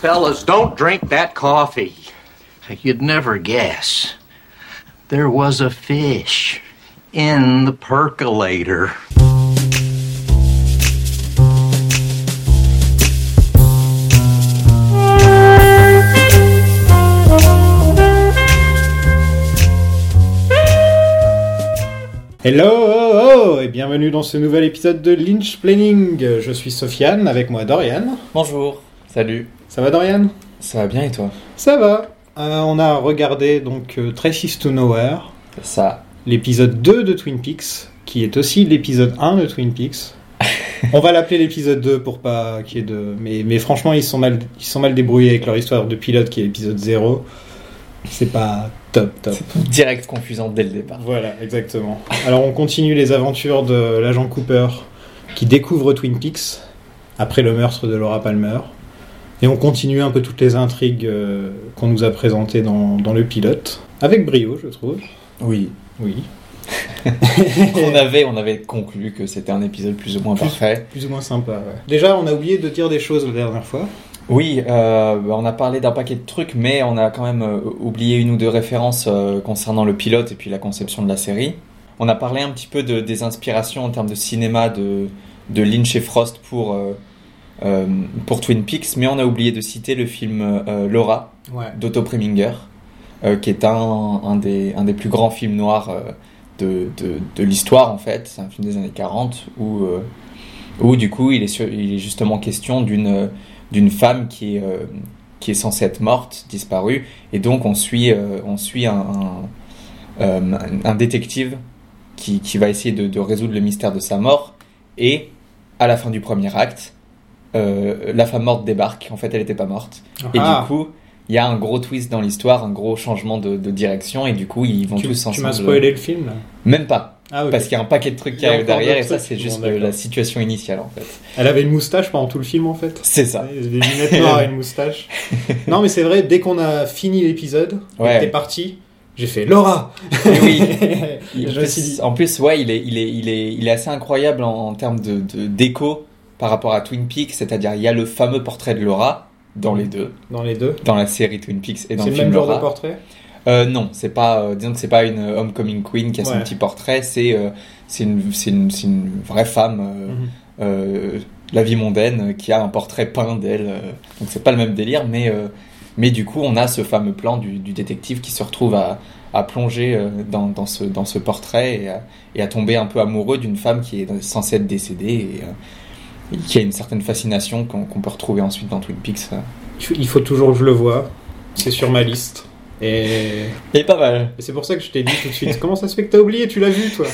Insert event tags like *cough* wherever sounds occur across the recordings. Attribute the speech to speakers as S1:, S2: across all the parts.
S1: Fellas, don't drink that coffee. You'd never guess. There was a fish in the percolator.
S2: Hello oh, oh, et bienvenue dans ce nouvel épisode de Lynch Planning. Je suis Sofiane, avec moi Dorian.
S3: Bonjour, salut,
S2: Ça va Dorian
S3: ça va bien et toi
S2: Ça va. Euh, on a regardé donc euh, Traces to Nowhere,
S3: Ça,
S2: l'épisode 2 de Twin Peaks, qui est aussi l'épisode 1 de Twin *laughs* Peaks. on va l'appeler l'épisode 2 pour pas qu'il y ait de... Mais, mais franchement, ils sont, mal, ils sont mal débrouillés avec leur histoire de pilote qui est l'épisode 0. C'est pas top top.
S3: direct confusant dès le départ.
S2: Voilà, exactement. Alors on continue les aventures de l'agent Cooper qui découvre Twin Peaks après le meurtre de Laura Palmer. Et on continue un peu toutes les intrigues euh, qu'on nous a présentées dans, dans le pilote. Avec brio, je trouve.
S3: Oui.
S2: Oui.
S3: *laughs* On avait, on avait conclu que c'était un épisode plus ou moins
S2: Plus-
S3: parfait.
S2: Plus ou moins sympa, ouais. Déjà, on a oublié de dire des choses la dernière fois.
S3: Oui, euh, bah, on a parlé d'un paquet de trucs, mais on a quand même euh, oublié une ou deux références euh, concernant le pilote et puis la conception de la série. On a parlé un petit peu de, des inspirations en termes de cinéma de, de Lynch et Frost pour, euh, euh, pour Twin Peaks, mais on a oublié de citer le film euh, Laura,
S2: Ouais.
S3: d'Otto Preminger, euh, qui est un, un, des, un des plus grands films noirs euh, de, de, de l'histoire, en fait. C'est un film des années 40 où, euh, où du coup, il est, sur- il est justement question d'une euh, d'une femme qui est, euh, qui est censée être morte, disparue. Et donc, on suit, euh, on suit un, un, euh, un détective qui, qui va essayer de, de résoudre le mystère de sa mort. Et à la fin du premier acte, euh, la femme morte débarque. En fait, elle n'était pas morte. Et
S2: Ah,
S3: du coup, il y a un gros twist dans l'histoire, un gros changement de, de direction, et du coup, ils vont
S2: tu,
S3: tous
S2: tu
S3: ensemble.
S2: m'as spoilé le film, là.
S3: Même pas,
S2: Ah, ok.
S3: parce qu'il y a un paquet de trucs
S2: Il y
S3: qui
S2: a
S3: arrivent
S2: encore
S3: derrière, et
S2: d'autres
S3: ça,
S2: trucs.
S3: c'est
S2: Bon,
S3: juste
S2: d'accord.
S3: euh, la situation initiale, en fait.
S2: Elle avait une moustache pendant tout le film, en fait.
S3: C'est *laughs* ça.
S2: Des lunettes noires et une *laughs* moustache. non, mais c'est vrai, dès qu'on a fini l'épisode,
S3: Ouais.
S2: t'es parti, j'ai fait Laura
S3: Mais
S2: *laughs*
S3: Eh oui.
S2: Et je me suis dit.
S3: En plus, ouais, il est, il est, il est, il est assez incroyable en, en termes de de- d'écho par rapport à Twin Peaks, c'est-à-dire il y a le fameux portrait de Laura dans les deux,
S2: Dans les deux.
S3: dans la série Twin Peaks et dans
S2: C'est
S3: le
S2: le
S3: film
S2: même genre de
S3: Laura.
S2: portrait
S3: Euh, non, c'est pas, euh, disons que c'est pas une euh, homecoming queen qui a son
S2: Ouais.
S3: petit portrait, c'est euh, c'est une, c'est une, c'est une vraie femme, euh,
S2: Mhm.
S3: euh, la vie mondaine, euh, qui a un portrait peint d'elle. euh. donc c'est pas le même délire, mais, euh, mais du coup on a ce fameux plan du, du détective qui se retrouve à, à plonger euh, dans, dans, ce, dans ce portrait et à, et à tomber un peu amoureux d'une femme qui est censée être décédée et, euh, et qui a une certaine fascination qu'on qu'on peut retrouver ensuite dans Twin Peaks. euh.
S2: Il faut- Il faut toujours que je le vois. C'est sur ma liste. Et
S3: Et pas mal, *laughs*
S2: et c'est pour ça que je t'ai dit tout de suite comment ça se fait que t'as oublié, tu l'as vu toi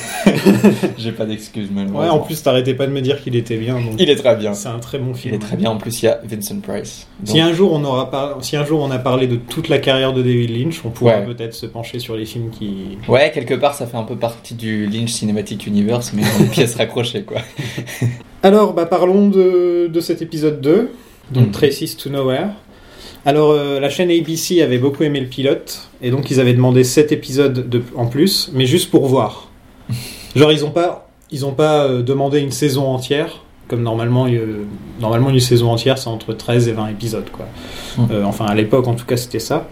S3: j'ai pas d'excuses
S2: Ouais,
S3: malheureusement.
S2: en plus t'arrêtais pas de me dire qu'il était bien, donc
S3: il est très bien.
S2: c'est un très bon film.
S3: Il est très bien. En plus, il y a Vincent Price. Donc,
S2: Si un, jour on aura par- si un jour on a parlé de toute la carrière de David Lynch, on pourra
S3: Ouais.
S2: peut-être se pencher sur les films qui.
S3: Ouais, quelque part, ça fait un peu partie du Lynch Cinematic Universe, mais en *laughs* pièces raccrochées, quoi.
S2: Alors, bah, parlons de, de cet épisode 2, donc
S3: Mhm.
S2: Traces to Nowhere. Alors, euh, la chaîne ABC avait beaucoup aimé le pilote, et donc ils avaient demandé 7 épisodes de, en plus, mais juste pour voir. Genre, ils n'ont pas, ils ont pas euh, demandé une saison entière, comme normalement, euh, normalement une saison entière, c'est entre 13 et 20 épisodes, quoi.
S3: Mhm.
S2: Euh, enfin, à l'époque, en tout cas, c'était ça.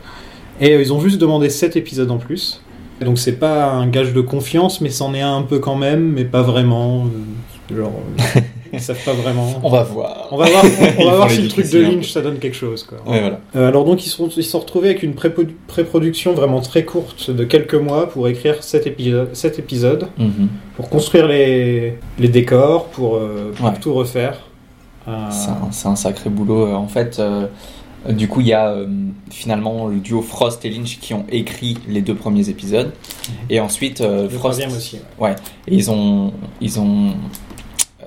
S2: Et euh, ils ont juste demandé 7 épisodes en plus. Donc, c'est pas un gage de confiance, mais c'en est un, un peu quand même, mais pas vraiment. euh,
S3: *laughs*
S2: genre, euh, ils savent pas vraiment.
S3: On va voir.
S2: On va voir, on
S3: *laughs* Ils
S2: va
S3: font
S2: voir
S3: les
S2: si le truc de
S3: difficiles, hein.
S2: Lynch ça donne quelque chose. Quoi.
S3: Ouais, voilà.
S2: Euh, alors donc ils sont, ils sont retrouvés avec une prépo- pré-production vraiment très courte de quelques mois pour écrire cet épisode, cet épisode
S3: Mhm.
S2: pour construire les, les décors, pour, euh, pour
S3: Ouais. hein.
S2: tout refaire. Euh,
S3: C'est un, c'est un sacré boulot. Euh, En fait, euh, du coup, il y a euh, finalement le duo Frost et Lynch qui ont écrit les deux premiers épisodes. Et ensuite, euh,
S2: Mhm. le
S3: Frost.
S2: troisième aussi. ouais.
S3: Et ils ont, ils ont euh,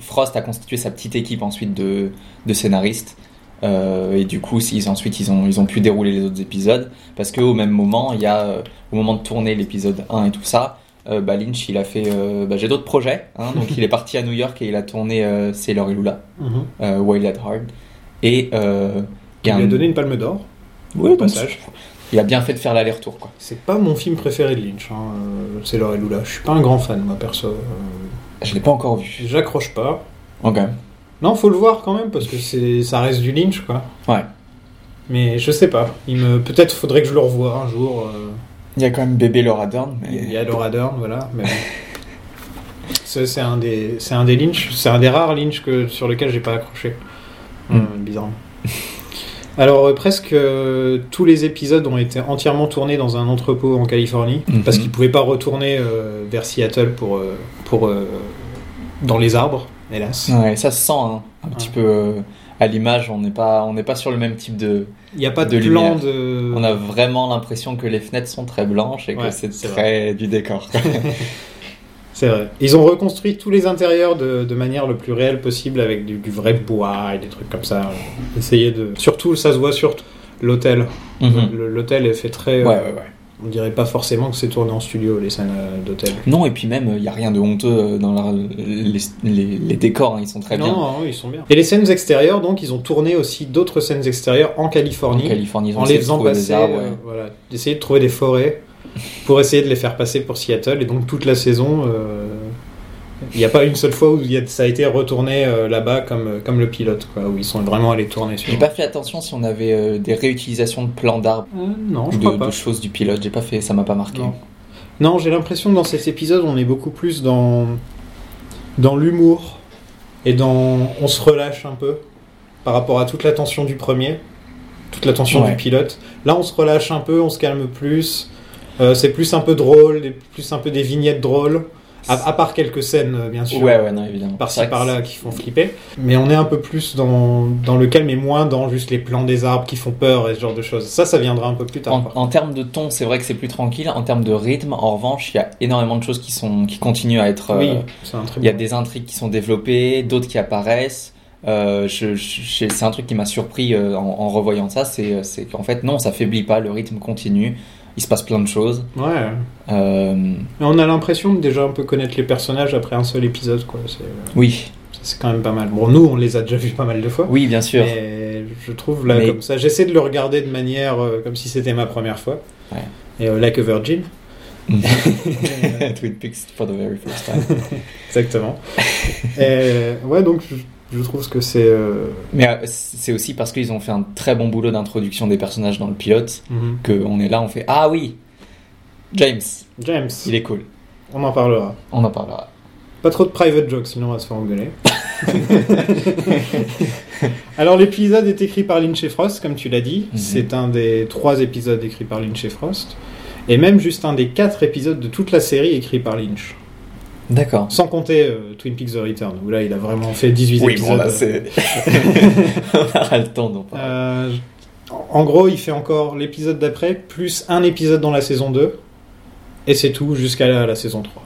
S3: Frost a constitué sa petite équipe ensuite de, de scénaristes. Euh, et du coup, ils, ensuite, ils ont, ils ont pu dérouler les autres épisodes. Parce qu'au même moment, il y a, euh, au moment de tourner l'épisode 1 et tout ça, euh, bah, Lynch, il a fait euh, bah, J'ai d'autres projets. hein. donc, il est parti à New York et il a tourné euh, Sailor et Lula,
S2: Mhm.
S3: euh, Wild at Heart. Et euh,
S2: Il
S3: un-
S2: a donné une palme d'or
S3: Oui,
S2: au
S3: donc,
S2: passage.
S3: il a bien fait de faire l'aller-retour. quoi.
S2: C'est pas mon film préféré de Lynch, hein, euh, c'est Laure et Lula. Je suis pas un grand fan, moi perso. Euh,
S3: Je l'ai pas encore vu.
S2: J'accroche pas.
S3: Ok.
S2: Non, faut le voir quand même, parce que c'est, ça reste du Lynch, quoi.
S3: Ouais.
S2: Mais je sais pas. Il me, peut-être faudrait que je le revoie un jour. euh,
S3: Il y a quand même bébé Laura Dern. mais-
S2: Il y a Laura Dern, voilà.
S3: *laughs*
S2: Mais bon. Ça, c'est un des, c'est un des Lynch, c'est un des rares Lynch que, sur lequel j'ai pas accroché.
S3: Mm.
S2: Euh, bizarrement. Alors euh, presque euh, tous les épisodes ont été entièrement tournés dans un entrepôt en Californie
S3: Mhm.
S2: parce qu'ils pouvaient pas retourner euh, vers Seattle pour euh, pour euh, dans les arbres, hélas.
S3: Ouais, ça se sent hein, un petit peu euh, à l'image. On n'est pas, on n'est pas sur le même type de.
S2: Il n'y a pas de,
S3: De
S2: plan
S3: lumière.
S2: de.
S3: On a vraiment l'impression que les fenêtres sont très blanches et
S2: Ouais,
S3: que c'est
S2: c'est
S3: très
S2: vrai.
S3: du décor.
S2: *laughs* C'est vrai. Ils ont reconstruit tous les intérieurs de, de manière le plus réelle possible avec du, du vrai bois et des trucs comme ça. Essayer de. Surtout, ça se voit sur l'hôtel.
S3: Mhm.
S2: Le- L'hôtel est fait très.
S3: Ouais,
S2: euh,
S3: ouais, ouais.
S2: On dirait pas forcément que c'est tourné en studio les scènes euh, d'hôtel.
S3: Non, et puis même, il n'y a rien de honteux euh, dans la- les, les- les décors, hein, ils sont très
S2: non,
S3: bien.
S2: non, oui, ils sont bien. Et les scènes extérieures, donc, ils ont tourné aussi d'autres scènes extérieures en
S3: En
S2: Californie,
S3: Californie, ils ont
S2: en les
S3: essayé de
S2: faisant
S3: trouver des
S2: passer.
S3: arbres,
S2: euh,
S3: ouais.
S2: voilà, d'essayer de trouver des forêts pour essayer de les faire passer pour Seattle. Et donc, toute la saison. euh, Il n'y a pas une seule fois où il y a- ça a été retourné euh, là-bas comme, euh, comme le pilote, quoi, où ils sont vraiment allés tourner sur.
S3: J'ai pas fait attention si on avait euh, des réutilisations de plans d'arbres
S2: Euh, non,
S3: ou
S2: je
S3: de,
S2: crois pas.
S3: de choses du pilote. J'ai pas fait, ça m'a pas marqué.
S2: Non. Non, j'ai l'impression que dans cet épisode, on est beaucoup plus dans, dans l'humour et dans. On se relâche un peu par rapport à toute la tension du premier, toute la tension
S3: Ouais.
S2: du pilote. Là, on se relâche un peu, on se calme plus. Euh, c'est plus un peu drôle, des- plus un peu des vignettes drôles, à, à part quelques scènes, euh, bien sûr.
S3: Ouais, ouais, non, évidemment. C'est
S2: par-ci
S3: vrai que
S2: par-là qui font flipper. Mais on est un peu plus dans, dans le calme et moins dans juste les plans des arbres qui font peur et ce genre de choses. Ça, ça viendra un peu plus tard.
S3: En,
S2: par
S3: en termes de ton, c'est vrai que c'est plus tranquille. En termes de rythme, en revanche, il y a énormément de choses qui, sont, qui continuent à être.
S2: contre.
S3: euh,
S2: oui, c'est un très
S3: Il y a
S2: bon-
S3: des intrigues qui sont développées, d'autres qui apparaissent. Euh, je- je- j'ai- c'est un truc qui m'a surpris euh, en, en revoyant ça, c'est euh, c'est qu'en fait, non, ça faiblit pas, le rythme continue, il se passe plein de choses.
S2: Ouais.
S3: Euh,
S2: Mais on a l'impression de déjà un peu connaître les personnages après un seul épisode, quoi. C'est-
S3: oui,
S2: C'est quand même pas mal. Bon, nous, on les a déjà vus pas mal de fois.
S3: oui, bien sûr.
S2: Mais je trouve là
S3: Mais-
S2: comme ça. J'essaie de le regarder de manière euh, comme si c'était ma première fois.
S3: Ouais. Mm.
S2: Et euh, like a virgin.
S3: *laughs* Twin Peaks for the very first
S2: *laughs*
S3: time. *laughs*
S2: Exactement. Et, ouais, donc je, je trouve que c'est. euh,
S3: Mais euh, c'est aussi parce qu'ils ont fait un très bon boulot d'introduction des personnages dans le pilote qu'on est là, on fait Ah oui, James,
S2: James,
S3: il est cool,
S2: on en parlera.
S3: on en parlera.
S2: Pas trop de private jokes, sinon on va se faire engueuler. *laughs* Alors l'épisode est écrit par Lynch et Frost, comme tu l'as dit.
S3: Mhm.
S2: C'est un des trois épisodes écrits par Lynch et Frost. Et même juste un des quatre épisodes de toute la série écrits par Lynch.
S3: D'accord.
S2: Sans compter euh, Twin Peaks The Return, où là il a vraiment fait 18 épisodes.
S3: euh, *laughs* on aura le temps d'en parler.
S2: Euh, en gros, il fait encore l'épisode d'après, plus un épisode dans la saison 2. Et c'est tout jusqu'à la, la saison 3.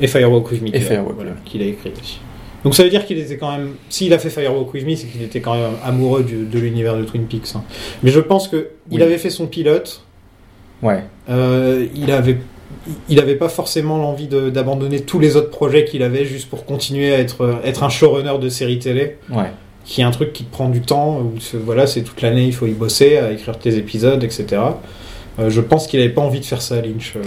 S2: Et Firewalk With Me.
S3: Et
S2: qu'il a-
S3: Firewalk,
S2: voilà,
S3: ouais.
S2: qu'il a écrit aussi. Donc ça veut dire qu'il était quand même... S'il a fait Firewalk With Me, c'est qu'il était quand même amoureux du- de l'univers de Twin Peaks. hein. Mais je pense que il
S3: Oui.
S2: avait fait son pilote.
S3: Ouais.
S2: euh, il avait... Il n'avait pas forcément l'envie de- d'abandonner tous les autres projets qu'il avait juste pour continuer à être, euh, être un showrunner de série télé
S3: Ouais.
S2: qui est un truc qui te prend du temps, où ce- voilà, c'est toute l'année, il faut y bosser, à écrire tes épisodes, etc. Euh, je pense qu'il avait pas envie de faire ça, Lynch. euh.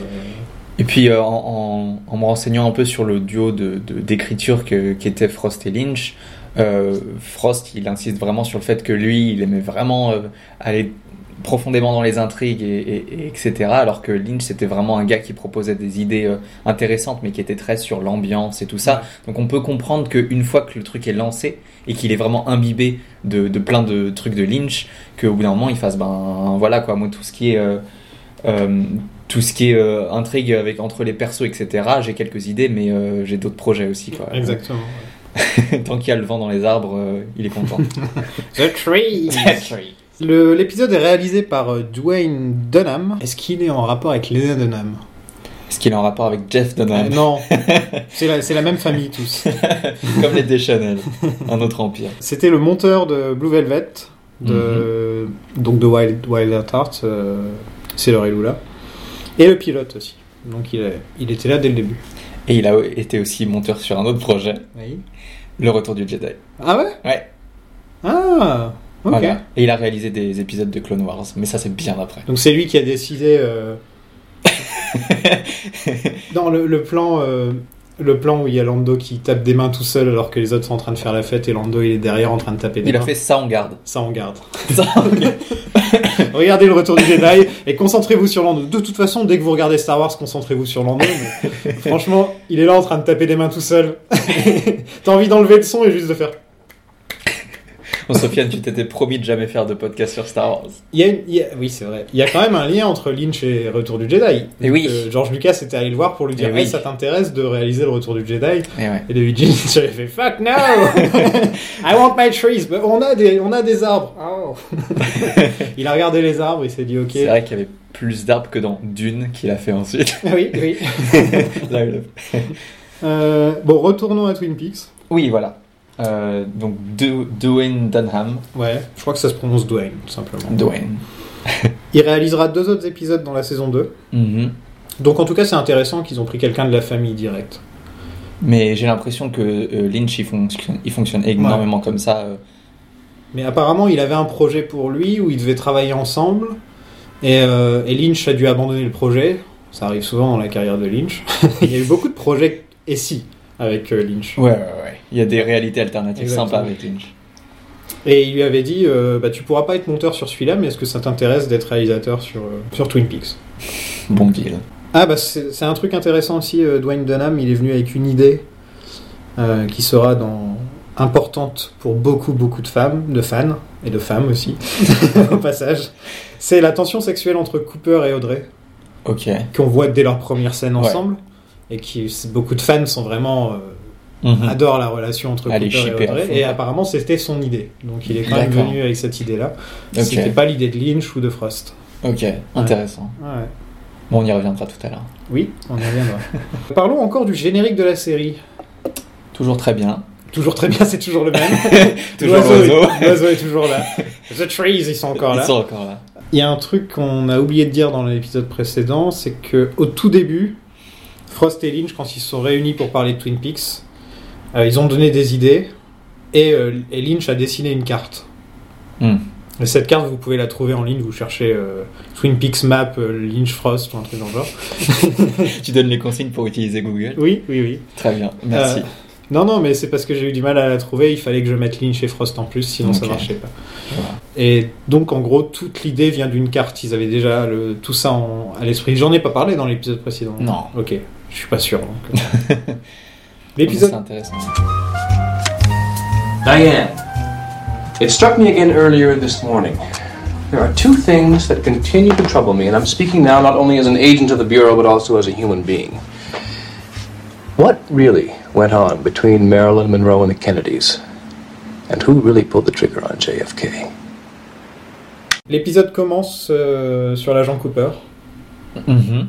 S3: Et puis euh, en, en- en me renseignant un peu sur le duo de- de- d'écriture que- qu'étaient Frost et Lynch, euh, Frost il insiste vraiment sur le fait que lui il aimait vraiment euh, aller profondément dans les intrigues et, et- et etc. Alors que Lynch c'était vraiment un gars qui proposait des idées euh, intéressantes mais qui était très sur l'ambiance et tout ça. Donc on peut comprendre qu'une fois que le truc est lancé et qu'il est vraiment imbibé de, de plein de trucs de Lynch, qu'au bout d'un moment il fasse ben voilà quoi, moi tout ce qui est. euh, euh, tout ce qui est euh, intrigue avec entre les persos, etc. J'ai quelques idées, mais euh, j'ai d'autres projets aussi. Quoi.
S2: Exactement.
S3: Tant qu'il y a le vent dans les arbres, euh, il est content. *laughs*
S2: *laughs* The Tree L'épisode est réalisé par euh, Dwayne Dunham. Est-ce qu'il est en rapport avec Lena Dunham
S3: Est-ce qu'il est en rapport avec Jeff
S2: Euh,
S3: Dunham
S2: *laughs* Non, c'est la, c'est la même famille tous.
S3: Comme les *laughs* Deschanel, un autre empire.
S2: C'était le monteur de Blue Velvet, de, donc de Wild, Wild at Heart, euh, c'est leur Lula, et le pilote aussi. Donc il, est- il était là dès le début.
S3: Et il a été aussi monteur sur un autre projet, Le Retour du Jedi.
S2: Ah ouais
S3: Ouais.
S2: Ah, ok.
S3: Voilà. Et il a réalisé des épisodes de Clone Wars, mais ça c'est bien après.
S2: Donc c'est lui qui a
S3: *laughs*
S2: décidé euh, dans le, le plan. euh, le plan où il y a Lando qui tape des mains tout seul alors que les autres sont en train de faire la fête et Lando il est derrière en train de taper des
S3: Il a
S2: mains.
S3: fait ça, on garde.
S2: Ça on garde.
S3: *laughs*
S2: *laughs*
S3: Ça, on garde.
S2: Regardez le retour du Jedi et concentrez-vous sur Lando. De toute façon, dès que vous regardez Star Wars, concentrez-vous sur Lando.
S3: *laughs*
S2: mais franchement, il est là en train de taper des mains tout seul. *laughs* T'as envie d'enlever le son et juste de faire.
S3: *laughs* Bon, Sofiane, tu t'étais promis de jamais faire de podcast sur Star Wars.
S2: Il y a une- il y a- Oui, c'est vrai. Il y a quand même un lien entre Lynch et Retour du Jedi.
S3: Et oui.
S2: Euh, George Lucas était allé le voir pour lui dire
S3: Et oui.
S2: Hey, ça t'intéresse de réaliser le Retour du Jedi
S3: Et Eh ouais.
S2: Et David Lynch *laughs* avait fait Fuck
S3: *laughs*
S2: no I want my trees, but on a des, on a des arbres. Oh. *laughs* il a regardé les arbres, il s'est dit Ok.
S3: C'est vrai qu'il y avait plus d'arbres que dans Dune qu'il a fait ensuite.
S2: *laughs* Oui, oui.
S3: *laughs* Là, il a-
S2: Euh, bon, retournons à Twin Peaks.
S3: Oui, voilà. Euh, donc, Du- Dwayne Dunham.
S2: Ouais, je crois que ça se prononce Dwayne, tout simplement.
S3: Dwayne.
S2: Il réalisera deux autres épisodes dans la saison 2.
S3: Mhm.
S2: Donc en tout cas, c'est intéressant qu'ils ont pris quelqu'un de la famille directe.
S3: Mais j'ai l'impression que euh, Lynch, il fonctionne, il fonctionne énormément comme ça. euh.
S2: Mais apparemment, il avait un projet pour lui où ils devaient travailler ensemble. Et, euh, et Lynch a dû abandonner le projet. Ça arrive souvent dans la carrière de Lynch. *laughs* il y a eu beaucoup de projets et si avec euh, Lynch.
S3: Ouais, ouais, ouais. Il y a des réalités alternatives
S2: Exactement.
S3: sympas avec Lynch.
S2: Et il lui avait dit euh, bah, Tu pourras pas être monteur sur celui-là, mais est-ce que ça t'intéresse d'être réalisateur sur, euh, sur Twin Peaks
S3: Bon deal.
S2: Ah bah c'est c'est un truc intéressant aussi, euh, Dwayne Dunham, il est venu avec une idée euh, qui sera dans importante pour beaucoup beaucoup de femmes, de fans et de femmes aussi *laughs* au passage. C'est la tension sexuelle entre Cooper et Audrey
S3: Ok.
S2: qu'on voit dès leur première scène
S3: Ouais.
S2: ensemble et qui c'est- beaucoup de fans sont vraiment euh,
S3: Mhm.
S2: adorent la relation entre
S3: Elle est
S2: Cooper
S3: shippée
S2: et
S3: à fond.
S2: Audrey et apparemment c'était son idée. Donc il est quand même
S3: D'accord.
S2: venu avec cette idée-là.
S3: Ok.
S2: C'était pas l'idée de Lynch ou de Frost. Ah
S3: Ok. Intéressant.
S2: Ouais.
S3: Bon, on y reviendra tout à l'heure.
S2: Oui, on y
S3: *laughs*
S2: reviendra. Parlons encore du générique de la série.
S3: Toujours très bien.
S2: Toujours très bien, *laughs* c'est toujours le même.
S3: *laughs* Toujours
S2: l'oiseau.
S3: l'oiseau.
S2: est- L'oiseau est toujours là. The trees, ils sont *laughs* encore là.
S3: Ils sont encore là.
S2: Il y a un truc qu'on a oublié de dire dans l'épisode précédent, c'est que au tout début, Frost et Lynch, quand ils se sont réunis pour parler de Twin Peaks, euh, ils ont donné des idées et, euh, et Lynch a dessiné une carte.
S3: Hmm.
S2: Et cette carte, vous pouvez la trouver en ligne, vous cherchez euh, Twin Peaks Map euh, Lynch Frost ou un truc dans le genre.
S3: Tu donnes les consignes pour utiliser Google.
S2: Oui, oui, oui.
S3: Très bien. Merci.
S2: Euh, Non, non, mais c'est parce que j'ai eu du mal à la trouver. Il fallait que je mette Lynch et Frost en plus, sinon ça
S3: Ok.
S2: marchait pas.
S3: Voilà.
S2: Et donc, en gros, toute l'idée vient d'une carte. Ils avaient déjà le- tout ça en- à l'esprit. J'en ai pas parlé dans l'épisode précédent.
S3: Non.
S2: Ok, je suis pas sûr. donc. euh.
S3: C'est
S2: L'épisode.
S3: intéressant.
S4: Diane, it struck me again earlier this morning. There are two things that continue to trouble me, and I'm speaking now not only as an agent of the Bureau, but also as a human being. What really went on between Marilyn Monroe and the Kennedys? And who really pulled the trigger on JFK?
S2: L'épisode commence euh, sur l'agent Cooper.
S3: Mhm.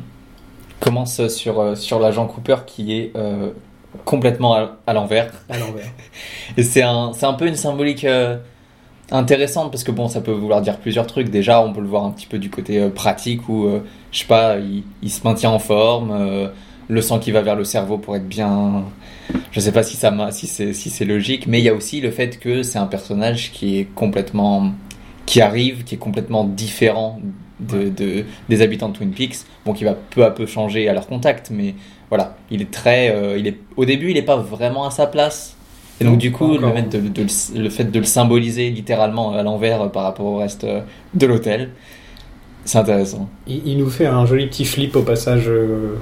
S3: Commence sur, euh, sur l'agent Cooper qui est euh, complètement à, à l'envers.
S2: À l'envers.
S3: Et c'est un, c'est un peu une symbolique euh, intéressante parce que bon, ça peut vouloir dire plusieurs trucs. Déjà, on peut le voir un petit peu du côté euh, pratique où, euh, je sais pas, il, il se maintient en forme, euh, le sang qui va vers le cerveau pour être bien. Je sais pas si ça m'a, si c'est, si c'est logique, mais il y a aussi le fait que c'est un personnage qui est complètement, qui arrive, qui est complètement différent de, de- des habitants de Twin Peaks. Bon, qui va peu à peu changer à leur contact, mais voilà, il est très, euh, il est, au début, il est pas vraiment à sa place. Et donc
S2: Non,
S3: du
S2: pas
S3: coup, le,
S2: encore.
S3: mettre de- de le- le fait de le symboliser littéralement à l'envers euh, par rapport au reste euh, de l'hôtel, c'est intéressant.
S2: Il, il nous fait un joli petit flip au passage. euh,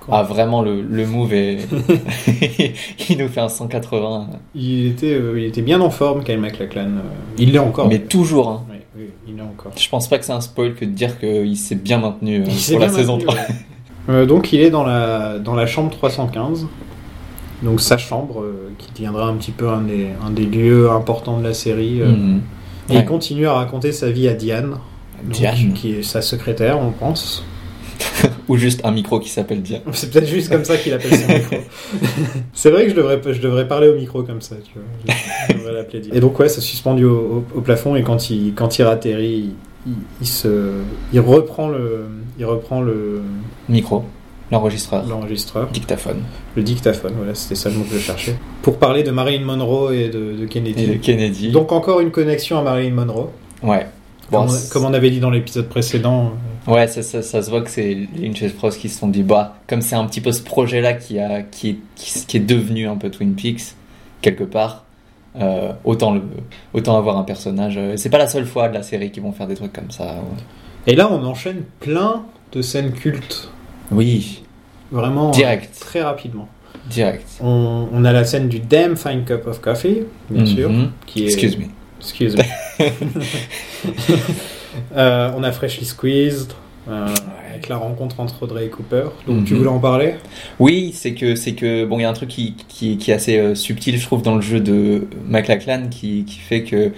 S2: quand-
S3: Ah, vraiment, le,
S2: *laughs*
S3: le move est. *laughs* il nous fait un 180.
S2: Il, était, euh, il était bien en forme, Kyle MacLachlan. euh, Il l'est encore.
S3: mais toujours, hein.
S2: Oui, oui, il l'est encore.
S3: Je pense pas que c'est un spoil que de dire qu'il s'est bien maintenu euh,
S2: Il s'est
S3: pour la
S2: bien
S3: saison
S2: maintenu,
S3: 3.
S2: ouais. Euh, donc il est dans la, dans la chambre 315, donc sa chambre euh, qui deviendra un petit peu un des, un des lieux importants de la série. euh.
S3: *laughs* Mhm.
S2: Et
S3: Ouais.
S2: il continue à raconter sa vie à Diane, donc,
S3: Diane.
S2: qui est sa secrétaire, on pense. *laughs*
S3: Ou juste un micro qui s'appelle Diane.
S2: C'est peut-être juste comme ça qu'il appelle son
S3: *laughs*
S2: micro. *laughs* C'est vrai que je devrais, je devrais parler au micro comme ça, tu vois. Je, je devrais l'appeler Diane. Et donc ouais, c'est suspendu au, au- au plafond et quand il, quand il atterrit, il, il se, il reprend le, il reprend le
S3: Micro, l'enregistreur,
S2: l'enregistreur.
S3: dictaphone.
S2: Le dictaphone, voilà, c'était ça le mot que je cherchais. Pour parler de Marilyn Monroe et de, de
S3: Et
S2: Kennedy.
S3: le Kennedy.
S2: Donc encore une connexion à Marilyn Monroe.
S3: Ouais. Bon,
S2: comme, on,
S3: c'est-
S2: comme on avait dit dans l'épisode précédent.
S3: Ouais, ça, ça, ça se voit que c'est Lynch et Sprouse qui se sont dit, bah, comme c'est un petit peu ce projet-là qui, a, qui, est- qui, s- qui est devenu un peu Twin Peaks, quelque part, euh, autant, le, autant avoir un personnage. euh, C'est pas la seule fois de la série qu'ils vont faire des trucs comme ça. ouais.
S2: Et là, on enchaîne plein de scènes cultes,
S3: Oui,
S2: vraiment euh,
S3: direct,
S2: très rapidement.
S3: direct.
S2: On, on a la scène du damn fine cup of coffee, bien sûr,
S3: Mhm.
S2: qui est.
S3: Excuse me.
S2: Excuse
S3: *laughs*
S2: me. Euh, on a Freshly Squeezed, euh, avec la rencontre entre Audrey et Cooper. Donc tu
S3: Mhm.
S2: voulais en parler
S3: Oui, c'est que c'est que bon, il y a un truc qui, qui, qui est assez euh, subtil, je trouve, dans le jeu de McLachlan qui, qui fait que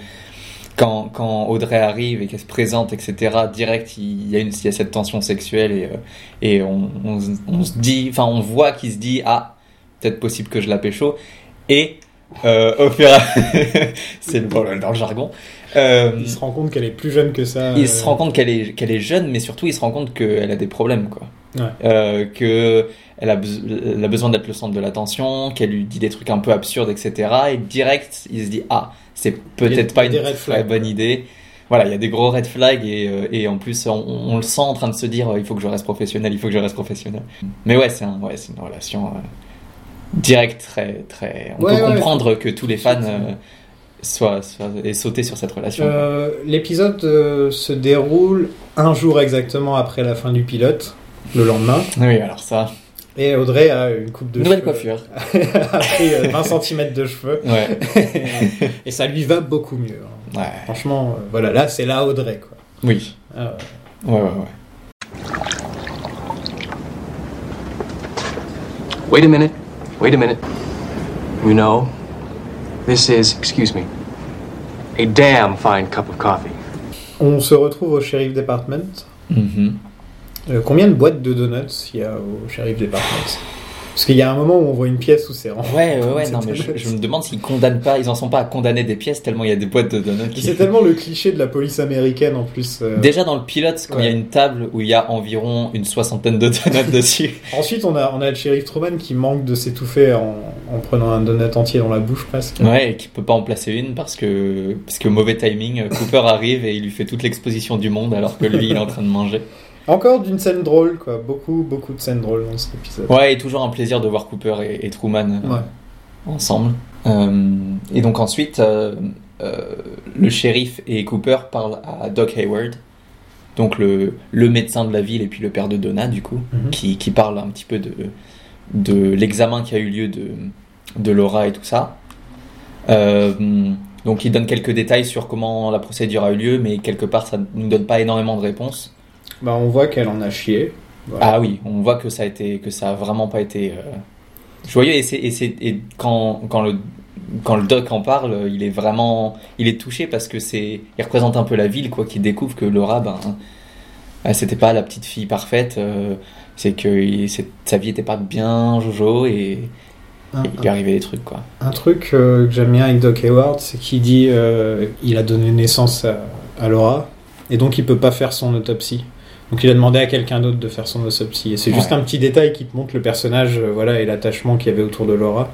S3: quand, quand Audrey arrive et qu'elle se présente, etc., direct, il y a, une, il y a cette tension sexuelle et, euh, et on, on, se- on se dit, enfin, on voit qu'il se dit, ah, peut-être possible que je la pécho. Et euh, au fur et à *laughs* c'est bon, dans le jargon. Euh,
S2: Il se rend compte qu'elle est plus jeune que ça.
S3: il
S2: euh,
S3: se rend compte qu'elle est, qu'elle est jeune, mais surtout il se rend compte qu'elle a des problèmes, quoi.
S2: Ouais.
S3: Euh, que elle a, bes- elle a besoin d'être le centre de l'attention, qu'elle lui dit des trucs un peu absurdes, etc. Et direct, il se dit ah, c'est
S2: Il y a- il y
S3: peut-être
S2: a
S3: pas
S2: des
S3: une
S2: red
S3: très
S2: flags.
S3: bonne idée. Voilà, il y a des gros red flags et, euh, et en plus on, on le sent en train de se dire euh, il faut que je reste professionnel, il faut que je reste professionnel. Mais ouais, c'est un, ouais, c'est une relation euh, directe très très. On
S2: Ouais,
S3: peut
S2: ouais.
S3: comprendre que tous les fans
S2: C'est-
S3: euh, soient, soient aient sauté sur cette relation.
S2: Euh, L'épisode euh, se déroule un jour exactement après la fin du pilote, le lendemain.
S3: Oui, alors ça.
S2: Et Audrey a une coupe de
S3: Nouvelle
S2: cheveux.
S3: coiffure.
S2: *laughs* a pris euh, 20 cm de
S3: *laughs*
S2: cheveux.
S3: Ouais.
S2: et ça lui va beaucoup mieux. hein.
S3: Ouais.
S2: Franchement, euh, voilà, là, c'est là Audrey, quoi.
S3: Oui.
S2: Ah,
S3: Ouais, ouais, ouais.
S4: Wait a minute. Wait a minute. You know, this is, excuse me, a damn fine cup of coffee.
S2: On se retrouve au Sheriff Department.
S3: Mhm.
S2: Euh, combien de boîtes de donuts il y a au Sheriff Department Parce qu'il y a un moment où on voit une pièce où c'est rempli.
S3: Ouais,
S2: *laughs*
S3: ouais, ouais, non, mais je, je me demande s'ils condamnent pas, ils en sont pas à condamner des pièces tellement il y a des boîtes de donuts
S2: Et
S3: qui.
S2: C'est tellement le cliché de la police américaine en plus. euh.
S3: Déjà dans le pilote, quand il y a
S2: Ouais.
S3: une table où il y a environ une soixantaine de *laughs* donuts dessus.
S2: Ensuite, on a, on a le shérif Truman qui manque de s'étouffer en, en prenant un donut entier dans la bouche presque.
S3: Ouais, et qui peut pas en placer une parce que, parce que mauvais timing, euh, Cooper arrive et il lui fait toute l'exposition du monde alors que lui il est en train de manger.
S2: Encore d'une scène drôle, quoi. Beaucoup, beaucoup de scènes drôles dans cet épisode.
S3: Ouais, et toujours un plaisir de voir Cooper et, et Truman euh,
S2: Ouais.
S3: ensemble. Euh, et donc ensuite, euh, euh, le shérif et Cooper parlent à Doc Hayward, donc le, le médecin de la ville et puis le père de Donna, du coup,
S2: Mhm.
S3: qui, qui parle un petit peu de, de l'examen qui a eu lieu de, de Laura et tout ça. Euh, donc il donne quelques détails sur comment la procédure a eu lieu, mais quelque part ça ne nous donne pas énormément de réponses.
S2: Bah, on voit qu'elle en a chié. Voilà.
S3: Ah oui, on voit que ça a été, que ça a vraiment pas été euh, joyeux. Et, c'est, et, c'est- et quand, quand le quand le doc en parle, euh, il est vraiment, il est touché parce que c'est, il représente un peu la ville quoi, qui découvre que Laura, ben, elle, c'était pas la petite fille parfaite. euh, c'est que il- c'est- sa vie était pas bien jojo et, et
S2: Un-
S3: il lui arrivait des trucs quoi.
S2: Un truc euh, que j'aime bien avec Doc Hayward, c'est qu'il dit euh, il a donné naissance à, à Laura et donc il peut pas faire son autopsie. Donc il a demandé à quelqu'un d'autre de faire son autopsie. Et c'est juste
S3: Ouais.
S2: un petit détail qui te montre le personnage, euh, voilà, et l'attachement qu'il y avait autour de Laura,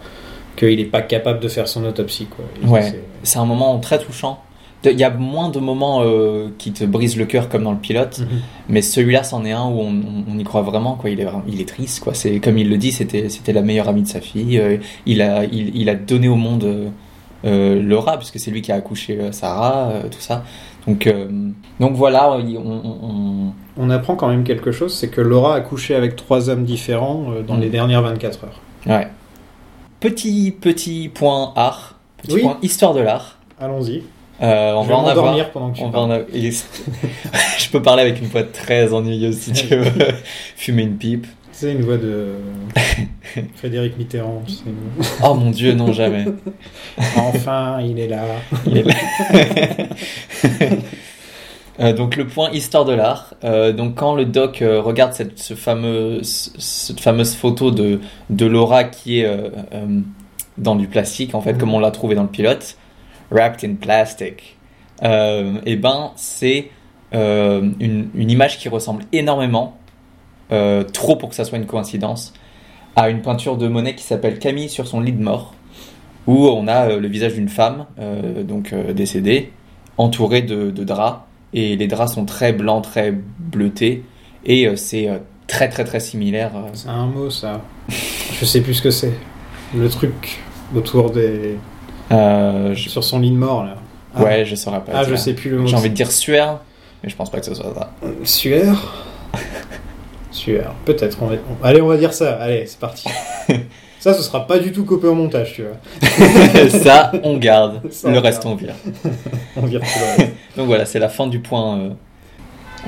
S2: qu'il est pas capable de faire son autopsie, quoi. Et
S3: Ouais.
S2: c'est-
S3: C'est un moment très touchant. De- Il y a moins de moments euh, qui te brisent le cœur comme dans le pilote.
S2: Mhm.
S3: Mais celui-là, c'en est un où on, on- on y croit vraiment, quoi. Il est, vraiment- il est triste, quoi. C'est comme il le dit, c'était, c'était la meilleure amie de sa fille. Euh, il a, il, il a donné au monde euh, euh, Laura, puisque c'est lui qui a accouché euh, Sarah, euh, tout ça. Donc, euh, donc voilà, il- on, on-
S2: On apprend quand même quelque chose, c'est que Laura a couché avec trois hommes différents euh, dans
S3: Mhm.
S2: les dernières 24 heures.
S3: on- ouais. Petit, petit point art, petit
S2: Oui.
S3: point histoire de l'art.
S2: Allons-y.
S3: Euh, on
S2: Je
S3: va
S2: vais
S3: en avoir.
S2: m'endormir pendant que tu
S3: On va
S2: parles.
S3: en avoir- il est- *laughs* Je peux parler avec une voix très ennuyeuse si tu *laughs* veux. Fumer une pipe.
S2: C'est une voix
S3: *laughs*
S2: de Frédéric Mitterrand. c'est une-
S3: Oh mon dieu, non, jamais.
S2: Enfin, il est là.
S3: *laughs* Il est là. *laughs* Euh, donc le point histoire de l'art. Euh, donc quand le doc euh, regarde cette, ce fameux, ce- cette fameuse photo de, de Laura qui est euh, euh, dans du plastique, en fait,
S2: Mhm.
S3: comme on l'a trouvé dans le pilote, wrapped in plastic, et ben c'est euh, une, une image qui ressemble énormément, euh, trop pour que ça soit une coïncidence, à une peinture de Monet qui s'appelle Camille sur son lit de mort, où on a euh, le visage d'une femme, euh, donc euh, décédée, entourée de, de draps, et les draps sont très blancs, très bleutés, et euh, c'est euh, très très très similaire. euh.
S2: C'est un mot, ça. Je sais plus ce que c'est. Le truc autour des.
S3: Euh, je-
S2: Sur son lit de mort, là. Ah.
S3: Ouais, je saurais pas.
S2: Ah,
S3: dire.
S2: je sais plus le mot.
S3: J'ai envie de dire sueur, mais je pense pas que ce soit
S2: *laughs*
S3: ça. *laughs*
S2: Sueur Sueur, peut-être. on va- on- Allez, on va dire ça. Allez, c'est parti.
S3: *laughs*
S2: ça, ce sera pas du tout coupé au montage, tu vois.
S3: *laughs* ça, on garde.
S2: Ça, on
S3: le
S2: garde.
S3: reste, on vire.
S2: On vire tout le reste.
S3: Donc voilà, c'est la fin du point. euh.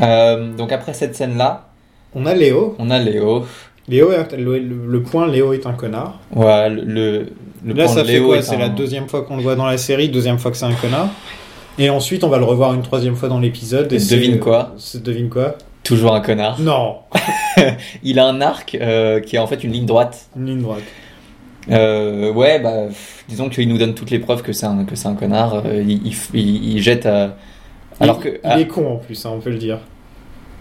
S3: Euh, donc après cette scène-là,
S2: On a Léo.
S3: on a Léo.
S2: Léo est- le, le point Léo est un connard.
S3: Voilà, le, le, le
S2: Là,
S3: point
S2: ça
S3: de
S2: fait
S3: Léo
S2: quoi
S3: est
S2: C'est
S3: un-
S2: la deuxième fois qu'on le voit dans la série, deuxième fois que c'est un connard. Et ensuite, on va le revoir une troisième fois dans l'épisode.
S3: Et
S2: c'est- euh,
S3: devine quoi
S2: c'est- Devine quoi
S3: Toujours un connard.
S2: Non
S3: Il a un arc euh, qui est en fait une ligne droite.
S2: Une ligne droite.
S3: Euh, ouais, bah, pff, disons qu'il nous donne toutes les preuves que c'est un, que c'est un connard. Euh, il, il, il- il jette à... Alors
S2: Il-
S3: que...
S2: Il est con en plus, hein, on peut le dire.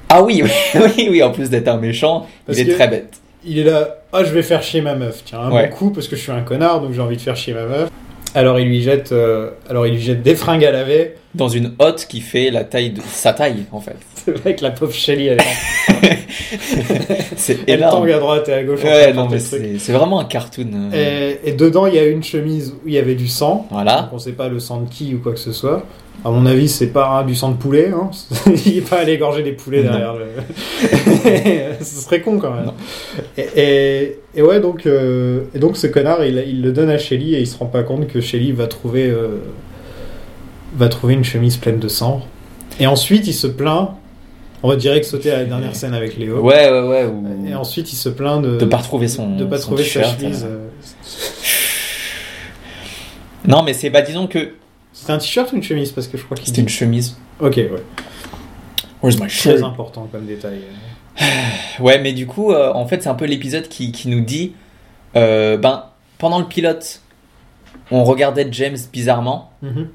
S3: Ah oui, *laughs* oui, oui, oui, en plus d'être un méchant,
S2: Parce
S3: il est
S2: que-
S3: très bête.
S2: Il est là, ah je vais faire chier ma meuf, tiens, un
S3: Ouais.
S2: bon coup parce que je suis un connard donc j'ai envie de faire chier ma meuf. Alors il lui jette, euh, alors il lui jette des fringues à laver. *laughs*
S3: Dans une hotte qui fait la taille de sa taille, en fait.
S2: C'est vrai que la pauvre Shelly elle, est-
S3: C'est
S2: elle
S3: énorme.
S2: tangue à droite et à gauche. en
S3: Ouais,
S2: train de
S3: non,
S2: faire
S3: mais
S2: des trucs.
S3: c'est c'est vraiment un cartoon. euh.
S2: Et, et dedans il y a une chemise où il y avait du sang.
S3: Voilà.
S2: Donc on sait pas le sang de qui ou quoi que ce soit. À mon avis c'est pas hein, du sang de poulet. Hein. *laughs* il est pas allé égorger des poulets
S3: Non.
S2: derrière. Le... *laughs* ce serait con quand même.
S3: Non.
S2: Et, et- et ouais donc euh, et donc ce connard il, il le donne à Shelly et il se rend pas compte que Shelly va trouver euh, va trouver une chemise pleine de sang. Et ensuite il se plaint. On va direct sauter à la dernière scène avec Léo.
S3: Ouais, ouais, ouais. ou-
S2: Et ensuite il se plaint de
S3: De pas retrouver son-
S2: de pas
S3: son
S2: trouver sa
S3: t-shirt,
S2: chemise.
S3: euh.
S2: euh.
S3: Non, mais c'est bah, disons que
S2: C'était un t-shirt ou une chemise parce que je crois qu'il
S3: c'était une chemise.
S2: Ok, ouais.
S3: Where's my
S2: Très
S3: shirt?
S2: important comme détail.
S3: Ouais, mais du coup, euh, en fait, c'est un peu l'épisode qui, qui nous dit euh, ben, pendant le pilote, on regardait James bizarrement.
S2: Mhm.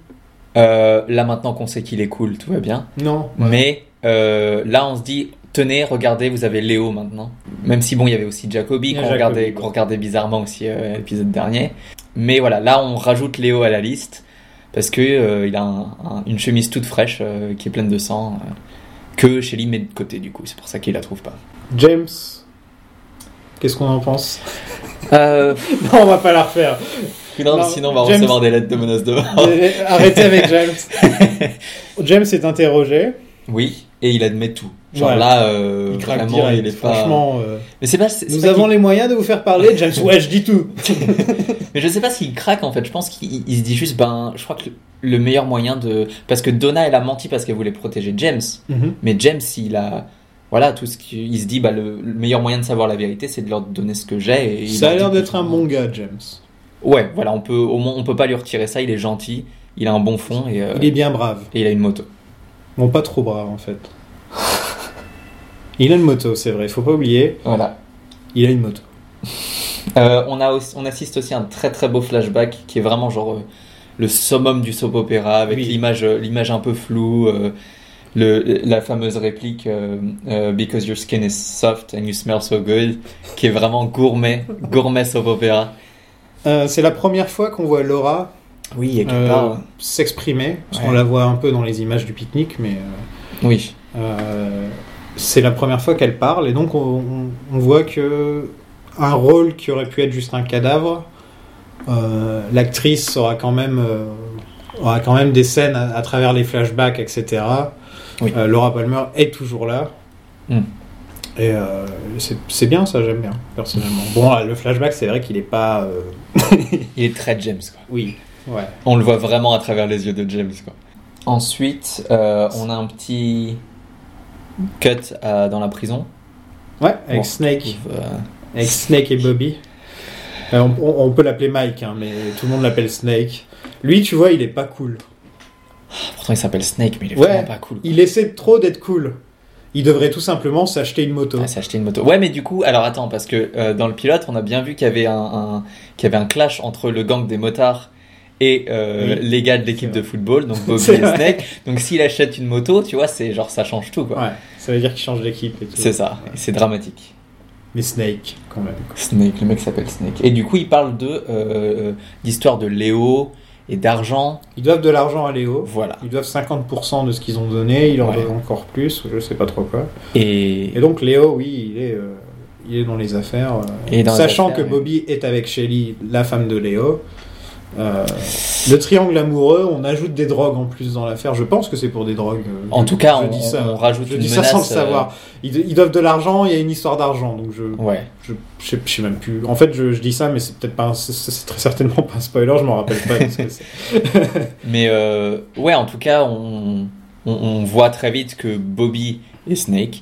S3: Euh, là, maintenant qu'on sait qu'il est cool, tout va bien.
S2: Non.
S3: Mais euh, là, on se dit tenez, regardez, vous avez Léo maintenant. Même si, bon, il y avait aussi Jacoby
S2: Il y a
S3: qu'on
S2: Jacoby,
S3: regardait,
S2: ouais.
S3: qu'on regardait bizarrement aussi euh, à l'épisode dernier. Mais voilà, là, on rajoute Léo à la liste parce que euh, il a un- un- une chemise toute fraîche euh, qui est pleine de sang. euh, que Shelly met de côté du coup, c'est pour ça qu'il la trouve pas.
S2: James, qu'est-ce qu'on en pense
S3: Euh,
S2: *laughs* Non, on va pas la refaire.
S3: Non, mais
S2: Non,
S3: sinon on va
S2: James-
S3: recevoir des lettres de menaces de mort.
S2: Mais Arrêtez avec James.
S3: *laughs*
S2: James est interrogé.
S3: Oui, et il admet tout. Genre
S2: Ouais.
S3: là, euh,
S2: Il craque
S3: vraiment,
S2: direct.
S3: il est pas.
S2: Franchement, euh,
S3: Mais c'est pas. c'est- c'est
S2: nous
S3: pas
S2: avons
S3: qu'il-
S2: les moyens de vous faire parler,
S3: *laughs*
S2: James. Ouais, je dis tout.
S3: Mais je sais pas s'il craque en fait. Je pense qu'il il se dit juste, ben, je crois que le meilleur moyen de. Parce que Donna, elle a menti parce qu'elle voulait protéger James.
S2: Mhm.
S3: Mais James, il a. Voilà, tout ce qu'il il se dit, bah, le, le meilleur moyen de savoir la vérité, c'est de leur donner ce que j'ai. et il
S2: Ça a
S3: leur
S2: l'air
S3: dit
S2: d'être un
S3: plutôt-
S2: bon gars, James.
S3: Ouais, voilà, on peut, au moins, on peut pas lui retirer ça. Il est gentil, il a un bon fond et, euh,
S2: Il est bien brave.
S3: et il a une moto.
S2: Bon, pas trop brave en
S3: *laughs*
S2: fait. Il a une moto, c'est vrai. Faut pas oublier.
S3: Voilà.
S2: Il a une moto.
S3: Euh, on, a aussi- on assiste aussi à un très très beau flashback qui est vraiment genre euh, le summum du soap opéra avec
S2: Oui.
S3: l'image euh, l'image un peu floue, euh, le, la fameuse réplique euh, euh, Because your skin is soft and you smell so good, qui est vraiment gourmet, gourmet soap opéra.
S2: Euh, c'est la première fois qu'on voit Laura
S3: Oui, quelque
S2: euh,
S3: part.
S2: s'exprimer. Parce
S3: Ouais.
S2: qu'on la voit un peu dans les images du pique-nique, mais euh,
S3: Oui,
S2: euh, c'est la première fois qu'elle parle. Et donc, on, on- on voit que un rôle qui aurait pu être juste un cadavre, euh, l'actrice aura quand même. euh, aura quand même des scènes à, à travers les flashbacks, etc.
S3: Oui.
S2: Euh, Laura Palmer est toujours là.
S3: Hmm.
S2: Et euh, c'est- c'est bien, ça j'aime bien, personnellement. Bon, là, le flashback, c'est vrai qu'il est pas... euh,
S3: il est très James. Quoi.
S2: Oui, ouais.
S3: On le voit vraiment à travers les yeux de James. Quoi. Ensuite, euh, on a un petit cut à- dans la prison.
S2: Ouais, avec
S3: Bon.
S2: Snake.
S3: Euh,
S2: Avec Snake et Bobby. Euh, on, on- on peut l'appeler Mike, hein, mais tout le monde l'appelle Snake. Lui, tu vois, il est pas cool.
S3: pourtant, il s'appelle Snake, mais il est
S2: Ouais.
S3: vraiment pas cool.
S2: Il essaie trop d'être cool. Il devrait tout simplement s'acheter une moto.
S3: Ah, s'acheter une moto. Ouais, mais du coup, alors attends, parce que euh, dans le pilote, on a bien vu qu'il y avait un, un- qu'il y avait un clash entre le gang des motards et euh,
S2: Oui.
S3: les gars de l'équipe
S2: C'est
S3: de
S2: *laughs*
S3: football, donc Bobby
S2: C'est
S3: et
S2: vrai.
S3: Snake. Donc s'il achète une moto, tu vois, c'est genre ça change tout, quoi.
S2: Ouais, ça veut dire qu'il change d'équipe et tout.
S3: C'est ça,
S2: Ouais.
S3: c'est dramatique.
S2: Mais Snake, quand même.
S3: Snake, le mec s'appelle Snake. Et du coup, il parle de euh, euh, l'histoire de Léo et d'argent.
S2: Ils doivent de l'argent à Léo.
S3: Voilà.
S2: Ils doivent 50% de ce qu'ils ont donné. Il en
S3: Ouais.
S2: doit encore plus, je sais pas trop quoi.
S3: Et,
S2: Et donc Léo, oui, il est, euh, il est dans les affaires. euh,
S3: Il est dans les
S2: sachant
S3: affaires,
S2: que
S3: oui.
S2: Bobby est avec Shelly, la femme de Léo. Euh, le triangle amoureux, on ajoute des drogues en plus dans l'affaire. Je pense que c'est pour des drogues. euh,
S3: En
S2: je-
S3: tout cas,
S2: je
S3: on-
S2: dis ça.
S3: on rajoute
S2: Je
S3: une
S2: dis ça sans le
S3: menace, euh,
S2: savoir. Ils, ils doivent de l'argent. Il y a une histoire d'argent, donc je,
S3: ouais.
S2: je, je sais, je sais même plus. En fait, je, je dis ça, mais c'est peut-être pas, un- c'est- c'est très certainement pas un spoiler. Je m'en rappelle pas. parce que c'est-
S3: Mais euh, ouais, en tout cas, on, on, on voit très vite que Bobby et Snake,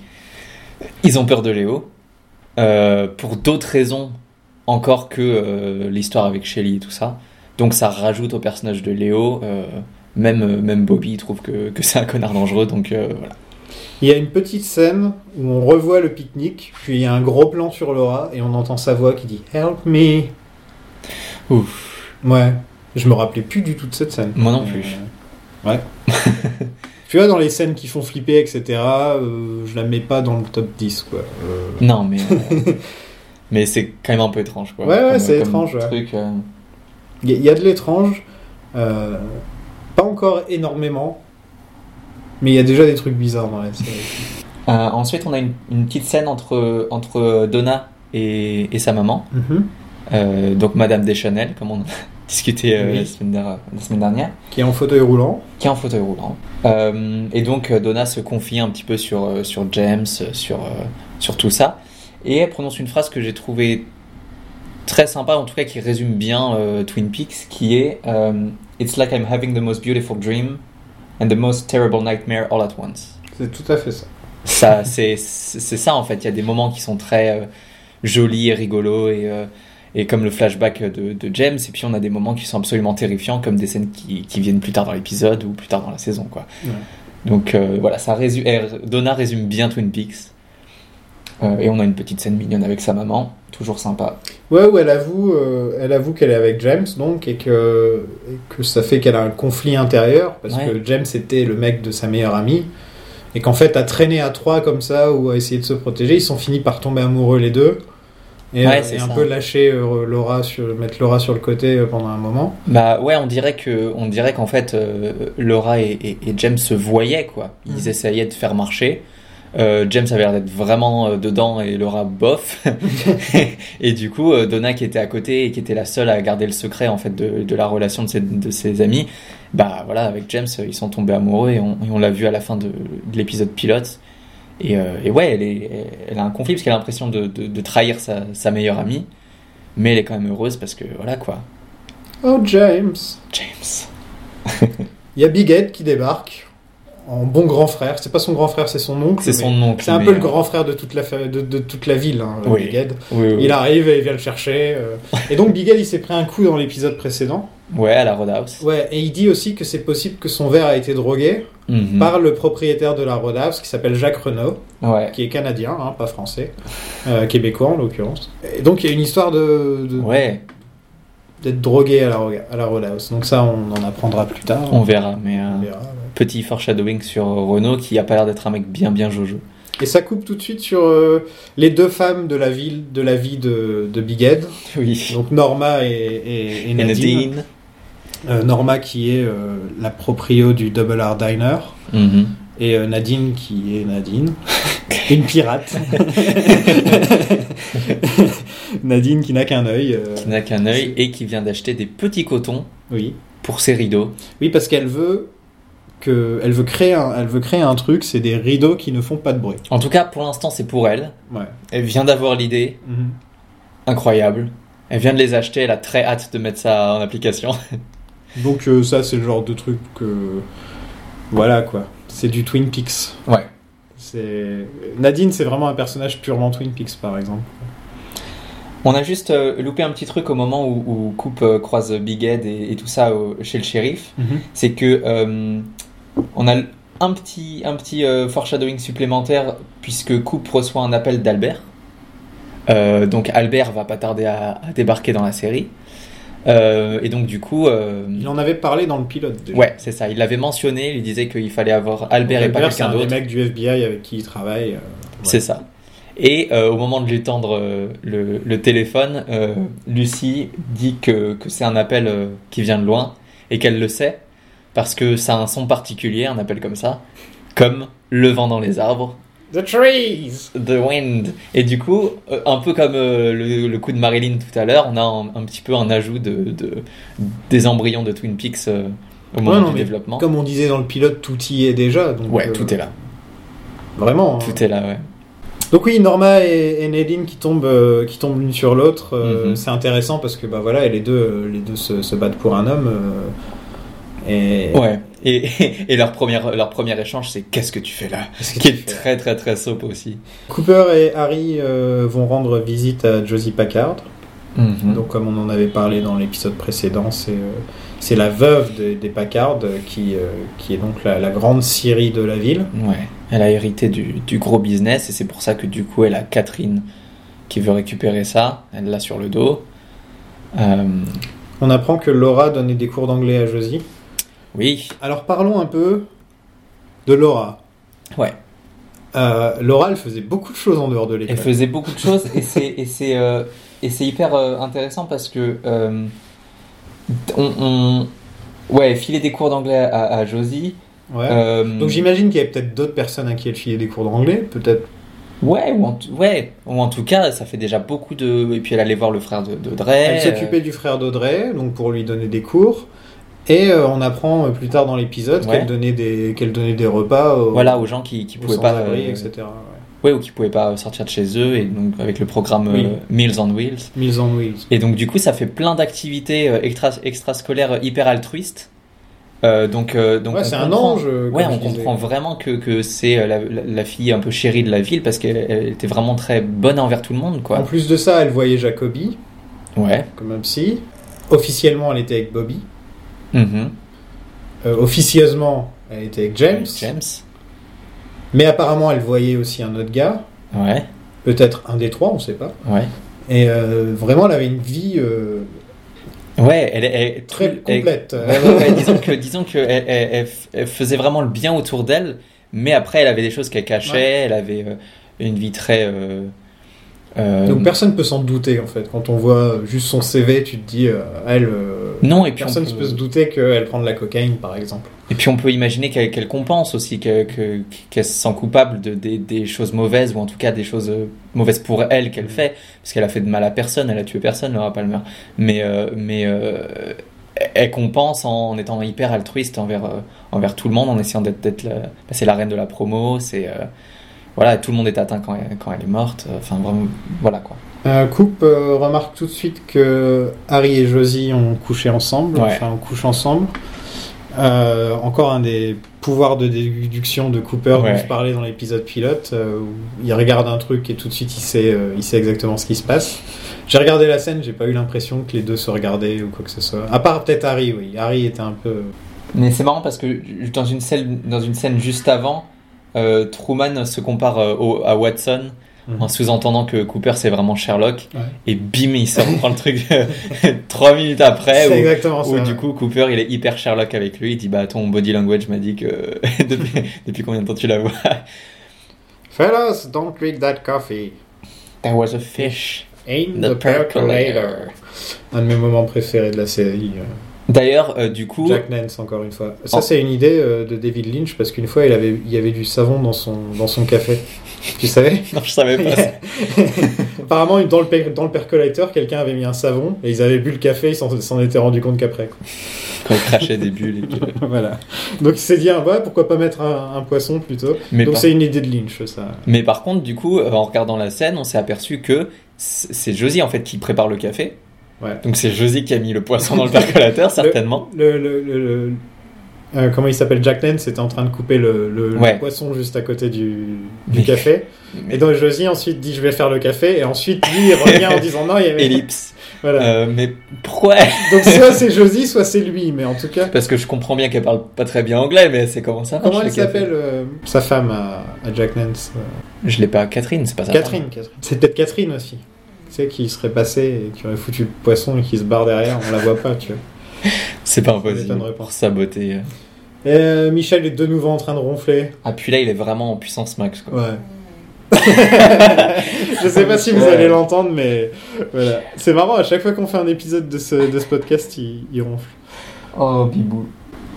S3: ils ont peur de Léo. euh, pour d'autres raisons encore que euh, l'histoire avec Shelly et tout ça. Donc ça rajoute au personnage de Léo. euh, même, même Bobby il trouve que, que c'est un connard dangereux. Donc euh, voilà.
S2: Il y a une petite scène où on revoit le pique-nique, puis il y a un gros plan sur Laura et on entend sa voix qui dit Help me.
S3: Ouf.
S2: Ouais, je me rappelais plus du tout de cette scène.
S3: Moi non plus.
S2: Euh, ouais. *laughs* tu vois, dans les scènes qui font flipper, etc., euh, je la mets pas dans le top 10, quoi. Euh,
S3: Non, mais.
S2: *laughs*
S3: euh, mais c'est quand même un peu étrange, quoi.
S2: Ouais, ouais,
S3: Comme-
S2: c'est
S3: comme
S2: étrange, ouais.
S3: Truc, euh,
S2: Il y, a- il y a de l'étrange, euh, pas encore énormément, mais il y a déjà des trucs bizarres dans la série.
S3: *laughs* Euh, ensuite, on a une, une petite scène entre, entre Donna et, et sa maman,
S2: Mhm.
S3: Euh, donc Madame Deschanel, comme on en a *laughs* discuté euh,
S2: Oui.
S3: la, semaine der- la semaine dernière,
S2: Qui est en fauteuil roulant.
S3: qui est en fauteuil roulant. Euh, et donc, euh, Donna se confie un petit peu sur, euh, sur James, sur, euh, sur tout ça, et elle prononce une phrase que j'ai trouvée très sympa, en tout cas qui résume bien euh, Twin Peaks, qui est euh, It's like I'm having the most beautiful dream and the most terrible nightmare all at once.
S2: C'est tout à fait ça.
S3: Ça, c'est c'est- c'est ça en fait. Il y a des moments qui sont très euh, jolis et rigolos et, euh, et comme le flashback de, de James. Et puis on a des moments qui sont absolument terrifiants, comme des scènes qui, qui viennent plus tard dans l'épisode ou plus tard dans la saison, quoi.
S2: Ouais.
S3: Donc euh, voilà, ça résume. Donna résume bien Twin Peaks. Euh, et on a une petite scène mignonne avec sa maman, toujours sympa.
S2: Ouais, où elle avoue, euh, elle avoue qu'elle est avec James, donc, et que, et que ça fait qu'elle a un conflit intérieur, parce
S3: Ouais.
S2: que James était le mec de sa meilleure amie, et qu'en fait, à traîner à trois comme ça, ou à essayer de se protéger, ils sont finis par tomber amoureux les deux, et,
S3: Ouais,
S2: euh,
S3: c'est
S2: et un
S3: ça.
S2: peu lâcher euh, Laura, sur, mettre Laura sur le côté euh, pendant un moment.
S3: Bah ouais, on dirait que, on dirait qu'en fait, euh, Laura et, et- et James se voyaient quoi. Ils
S2: Mhm.
S3: essayaient de faire marcher. Euh, James avait l'air d'être vraiment euh, dedans et Laura bof. et du coup, euh, Donna qui était à côté et qui était la seule à garder le secret en fait de, de la relation de ses, de ses amis, bah voilà, avec James, euh, ils sont tombés amoureux et on, et on l'a vu à la fin de, de l'épisode pilote. Et, euh, et ouais, elle, est- elle a un conflit parce qu'elle a l'impression de, de- de trahir sa, sa meilleure amie, mais elle est quand même heureuse parce que voilà quoi,
S2: Oh, James
S3: James.
S2: Il y a Big Ed qui débarque, en bon grand frère, c'est pas son grand frère, c'est son oncle.
S3: C'est
S2: mais-
S3: son oncle.
S2: C'est un
S3: mais,
S2: peu le
S3: euh,
S2: grand frère de toute la, fa- de, de toute la ville, hein,
S3: Oui.
S2: Big Ed.
S3: oui, oui, oui.
S2: Il arrive et il vient le chercher. euh. Et donc Bigel, il s'est pris un coup dans l'épisode précédent.
S3: Ouais, à la Roadhouse.
S2: Ouais, et il dit aussi que c'est possible que son verre a été drogué
S3: Mhm.
S2: par le propriétaire de la Roadhouse qui s'appelle Jacques Renault,
S3: Ouais.
S2: qui est canadien, hein, pas français, euh, québécois en l'occurrence. Et donc il y a une histoire de, de-
S3: Ouais,
S2: d'être drogué à la, Roga- à la Roadhouse. Donc ça, on en apprendra plus tard.
S3: on verra. Mais euh,
S2: On verra, ouais.
S3: petit foreshadowing sur Renault qui a pas l'air d'être un mec bien bien jojo.
S2: Et ça coupe tout de suite sur euh, les deux femmes de la ville, de la vie de, de Big Ed,
S3: *laughs* Oui.
S2: donc Norma et, et, et
S3: Et
S2: Nadine.
S3: Nadine.
S2: Euh, Norma qui est euh, la proprio du Double R Diner
S3: Mhm.
S2: et euh, Nadine qui est Nadine, *laughs* une pirate. *laughs* Nadine qui n'a qu'un œil. euh,
S3: Qui n'a qu'un œil et qui vient d'acheter des petits cotons
S2: oui.
S3: pour ses rideaux.
S2: Oui parce qu'elle veut que elle veut créer un elle veut créer un truc, c'est des rideaux qui ne font pas de bruit.
S3: En tout cas, pour l'instant, c'est pour elle.
S2: Ouais.
S3: Elle vient d'avoir l'idée.
S2: Mhm.
S3: Incroyable. Elle vient de les acheter. Elle a très hâte de mettre ça en application. *laughs*
S2: Donc euh, ça c'est le genre de truc que voilà quoi. C'est du Twin Peaks.
S3: Ouais.
S2: C'est Nadine c'est vraiment un personnage purement Twin Peaks par exemple.
S3: On a juste euh, loupé un petit truc au moment où, où Coupe euh, croise Big Ed et, et tout ça au- chez le shérif.
S2: Mhm.
S3: C'est que euh, on a l- un petit, un petit euh, foreshadowing supplémentaire puisque Coupe reçoit un appel d'Albert. Euh, donc Albert va pas tarder à, à débarquer dans la série. Euh, et donc du coup, euh,
S2: Il en avait parlé dans le pilote déjà.
S3: ouais, c'est ça. Il l'avait mentionné. Il disait qu'il fallait avoir Albert et pas
S2: Albert,
S3: quelqu'un
S2: c'est un
S3: d'autre.
S2: des mecs du FBI avec qui il travaille. euh,
S3: C'est ça. Et euh, au moment de lui tendre euh, le, le téléphone, euh, Lucie dit que, que c'est un appel euh, qui vient de loin et qu'elle le sait, parce que ça a un son particulier, on appelle comme ça, comme le vent dans les arbres,
S2: The trees
S3: The Wind. Et du coup, euh, un peu comme euh, le, le coup de Marilyn tout à l'heure, on a un, un petit peu un ajout de, de- des embryons de Twin Peaks euh, au moment
S2: non,
S3: du
S2: mais
S3: développement.
S2: Comme on disait dans le pilote, tout y est déjà. Donc,
S3: Ouais,
S2: euh,
S3: tout est là.
S2: Vraiment. hein.
S3: Tout est là, ouais.
S2: Donc oui, Norma et, et Nadine qui tombent, euh, qui tombent l'une sur l'autre, euh,
S3: Mhm.
S2: c'est intéressant parce que bah voilà, et les deux, euh, les deux se, se battent pour un homme. euh, et
S3: Ouais. Et, et leur, première, leur premier échange, c'est Qu'est-ce que tu fais là
S2: Qu'est-ce que
S3: Qui
S2: tu
S3: est
S2: fais
S3: très, très, très soap aussi.
S2: Cooper et Harry euh, vont rendre visite à Josie Packard.
S3: Mhm.
S2: Donc comme on en avait parlé dans l'épisode précédent, c'est euh, c'est la veuve de- des Packard euh, qui, euh, qui est donc la, la grande Syrie de la ville.
S3: Ouais. Elle a hérité du, du gros business et c'est pour ça que du coup, elle a Catherine qui veut récupérer ça. Elle l'a sur le dos. Euh,
S2: On apprend que Laura donnait des cours d'anglais à Josie.
S3: oui.
S2: Alors parlons un peu de Laura.
S3: Ouais.
S2: Euh, Laura, elle faisait beaucoup de choses en dehors de l'école.
S3: Elle faisait beaucoup de choses et c'est et c'est euh, et c'est hyper euh, intéressant parce que euh, on, on- ouais filer des cours d'anglais à, à Josie.
S2: Ouais.
S3: euh,
S2: Donc j'imagine qu'il y avait peut-être d'autres personnes à qui elle filait des cours d'anglais, peut-être.
S3: ouais ou en, tout- ouais ou en tout cas ça fait déjà beaucoup de et puis elle allait voir le frère de, de Dre.
S2: Elle
S3: euh,
S2: s'occupait du frère d'Audrey, donc pour lui donner des cours. Et euh, on apprend euh, plus tard dans l'épisode
S3: Ouais.
S2: qu'elle donnait des qu'elle donnait des repas aux,
S3: voilà aux gens qui qui
S2: aux
S3: pouvaient pas
S2: sans-abri,
S3: euh,
S2: etc. Ouais.
S3: ouais ou qui pouvaient pas sortir de chez eux et donc avec le programme euh,
S2: Oui.
S3: Meals on Wheels.
S2: Meals on Wheels.
S3: Et donc du coup, ça fait plein d'activités euh, extra extrascolaires hyper altruistes. Euh, donc, euh, donc
S2: Ouais,
S3: on
S2: c'est un
S3: comprend-
S2: ange, euh,
S3: Ouais,
S2: comme
S3: on
S2: je disais.
S3: comprend vraiment que, que c'est euh, la, la- la fille un peu chérie de la ville parce qu'elle elle était vraiment très bonne envers tout le monde,
S2: En
S3: quoi.
S2: plus de ça, elle voyait Jacobi
S3: Ouais.
S2: comme un psy. Officiellement, elle était avec Bobby.
S3: Mhm.
S2: Euh, officieusement, elle était avec James.
S3: James.
S2: Mais apparemment, elle voyait aussi un autre gars,
S3: Ouais.
S2: peut-être un des trois, on sait pas.
S3: Ouais.
S2: Et euh, vraiment, elle avait une vie euh,
S3: Ouais, elle est
S2: très complète.
S3: Ouais, ouais, ouais, disons que, disons que elle, elle- elle f- elle faisait vraiment le bien autour d'elle, mais après elle avait des choses qu'elle cachait,
S2: Ouais.
S3: elle avait euh, une vie très. euh,
S2: *laughs*
S3: euh,
S2: Donc personne peut s'en douter en fait. Quand on voit juste son CV, tu te dis, euh, elle, euh,
S3: non, et puis on
S2: personne ne
S3: peut-
S2: peut se douter qu'elle prend de la cocaïne par exemple.
S3: Et puis on peut imaginer qu'elle qu'elle compense aussi, que- que- qu'elle se sent coupable de, des- des choses mauvaises, ou en tout cas des choses euh, mauvaises pour elle qu'elle fait, parce qu'elle a fait de mal à personne, elle a tué personne, Laura Palmer. Mais, euh, mais euh, elle compense en étant hyper altruiste envers, euh, envers tout le monde, en essayant d'être... d'être la- bah, c'est la reine de la promo, c'est... euh, voilà, tout le monde est atteint quand elle, quand elle est morte, euh, enfin vraiment, voilà quoi.
S2: Euh, Coupe euh, remarque tout de suite que Harry et Josie ont couché ensemble,
S3: Ouais.
S2: enfin on couche ensemble. Euh, encore un des pouvoirs de déduction de Cooper
S3: Ouais.
S2: dont je parlais dans l'épisode pilote, euh, où il regarde un truc et tout de suite il sait, euh, il sait exactement ce qui se passe. J'ai regardé la scène, j'ai pas eu l'impression que les deux se regardaient ou quoi que ce soit. À part peut-être Harry, oui. Harry était un peu.
S3: Mais c'est marrant parce que dans une scène, dans une scène juste avant, euh, Truman se compare euh, au- à Watson
S2: Mhm.
S3: en sous-entendant que Cooper c'est vraiment Sherlock
S2: Ouais.
S3: et bim il se reprend le truc euh, *laughs* trois minutes après
S2: C'est
S3: où,
S2: exactement
S3: où
S2: ça.
S3: Bah, du coup Cooper il est hyper Sherlock avec lui il dit bah ton body language m'a dit que *laughs* depuis, depuis combien de temps tu la vois
S2: Fellas, don't drink that coffee.
S3: There was a fish
S2: Aim
S3: in
S2: the, percolator. Un de mes moments préférés de la série. euh,
S3: D'ailleurs euh, du coup
S2: Jack Nance, encore une fois. Ça,
S3: Oh.
S2: c'est une idée euh, de David Lynch parce qu'une fois, il, avait, il y avait du savon dans son, dans son café. Tu
S3: *laughs*
S2: savais
S3: *laughs* non je savais
S2: *laughs*
S3: pas ça.
S2: Apparemment, dans le, per- dans le percolator, quelqu'un avait mis un savon et ils avaient bu le café, ils s'en s'en étaient rendu compte qu'après.
S3: *laughs*
S2: quoi.
S3: quand il crachait des bulles et que-
S2: voilà. Donc, il s'est dit, ah, bah, pourquoi pas mettre un, un poisson plutôt
S3: mais
S2: Donc,
S3: par-
S2: c'est une idée de Lynch, ça.
S3: Mais par contre, du coup, euh, en regardant la scène, on s'est aperçu que c- c'est Josie en fait qui prépare le café.
S2: Ouais.
S3: Donc c'est Josie qui a mis le poisson dans le
S2: *laughs*
S3: percolateur, certainement.
S2: Le, le- le- le- euh, comment il s'appelle Jack Nance était en train de couper le, le- le
S3: Ouais.
S2: poisson juste à côté du,
S3: Mais-
S2: du café.
S3: mais-
S2: Et donc Josie ensuite dit je vais faire le café et ensuite lui il revient
S3: *laughs*
S2: en disant non il y avait
S3: Ellipse.
S2: voilà.
S3: Euh, mais pourquoi
S2: Donc soit c'est Josie soit c'est lui mais en tout cas
S3: Parce que je comprends bien qu'elle parle pas très bien anglais, mais c'est comment ça marche,
S2: comment
S3: le
S2: elle
S3: café
S2: s'appelle euh, sa femme à, à Jack Nance euh,
S3: Je l'ai pas. Catherine, c'est pas ça.
S2: Catherine, Catherine. C'est peut-être Catherine aussi. Tu sais qui serait passée et qui aurait foutu le poisson et qui se barre derrière on la voit pas tu vois.
S3: C'est pas
S2: m'étonnerait
S3: impossible.
S2: pas.
S3: Pour saboter.
S2: Et, euh, Michel est de nouveau en train de ronfler.
S3: Ah puis là, il est vraiment en puissance max. Quoi.
S2: Ouais. *laughs* je sais pas si vous
S3: Ouais.
S2: allez l'entendre, mais voilà. C'est marrant, à chaque fois qu'on fait un épisode de ce, de ce podcast, il, il ronfle.
S3: Oh, Bibou.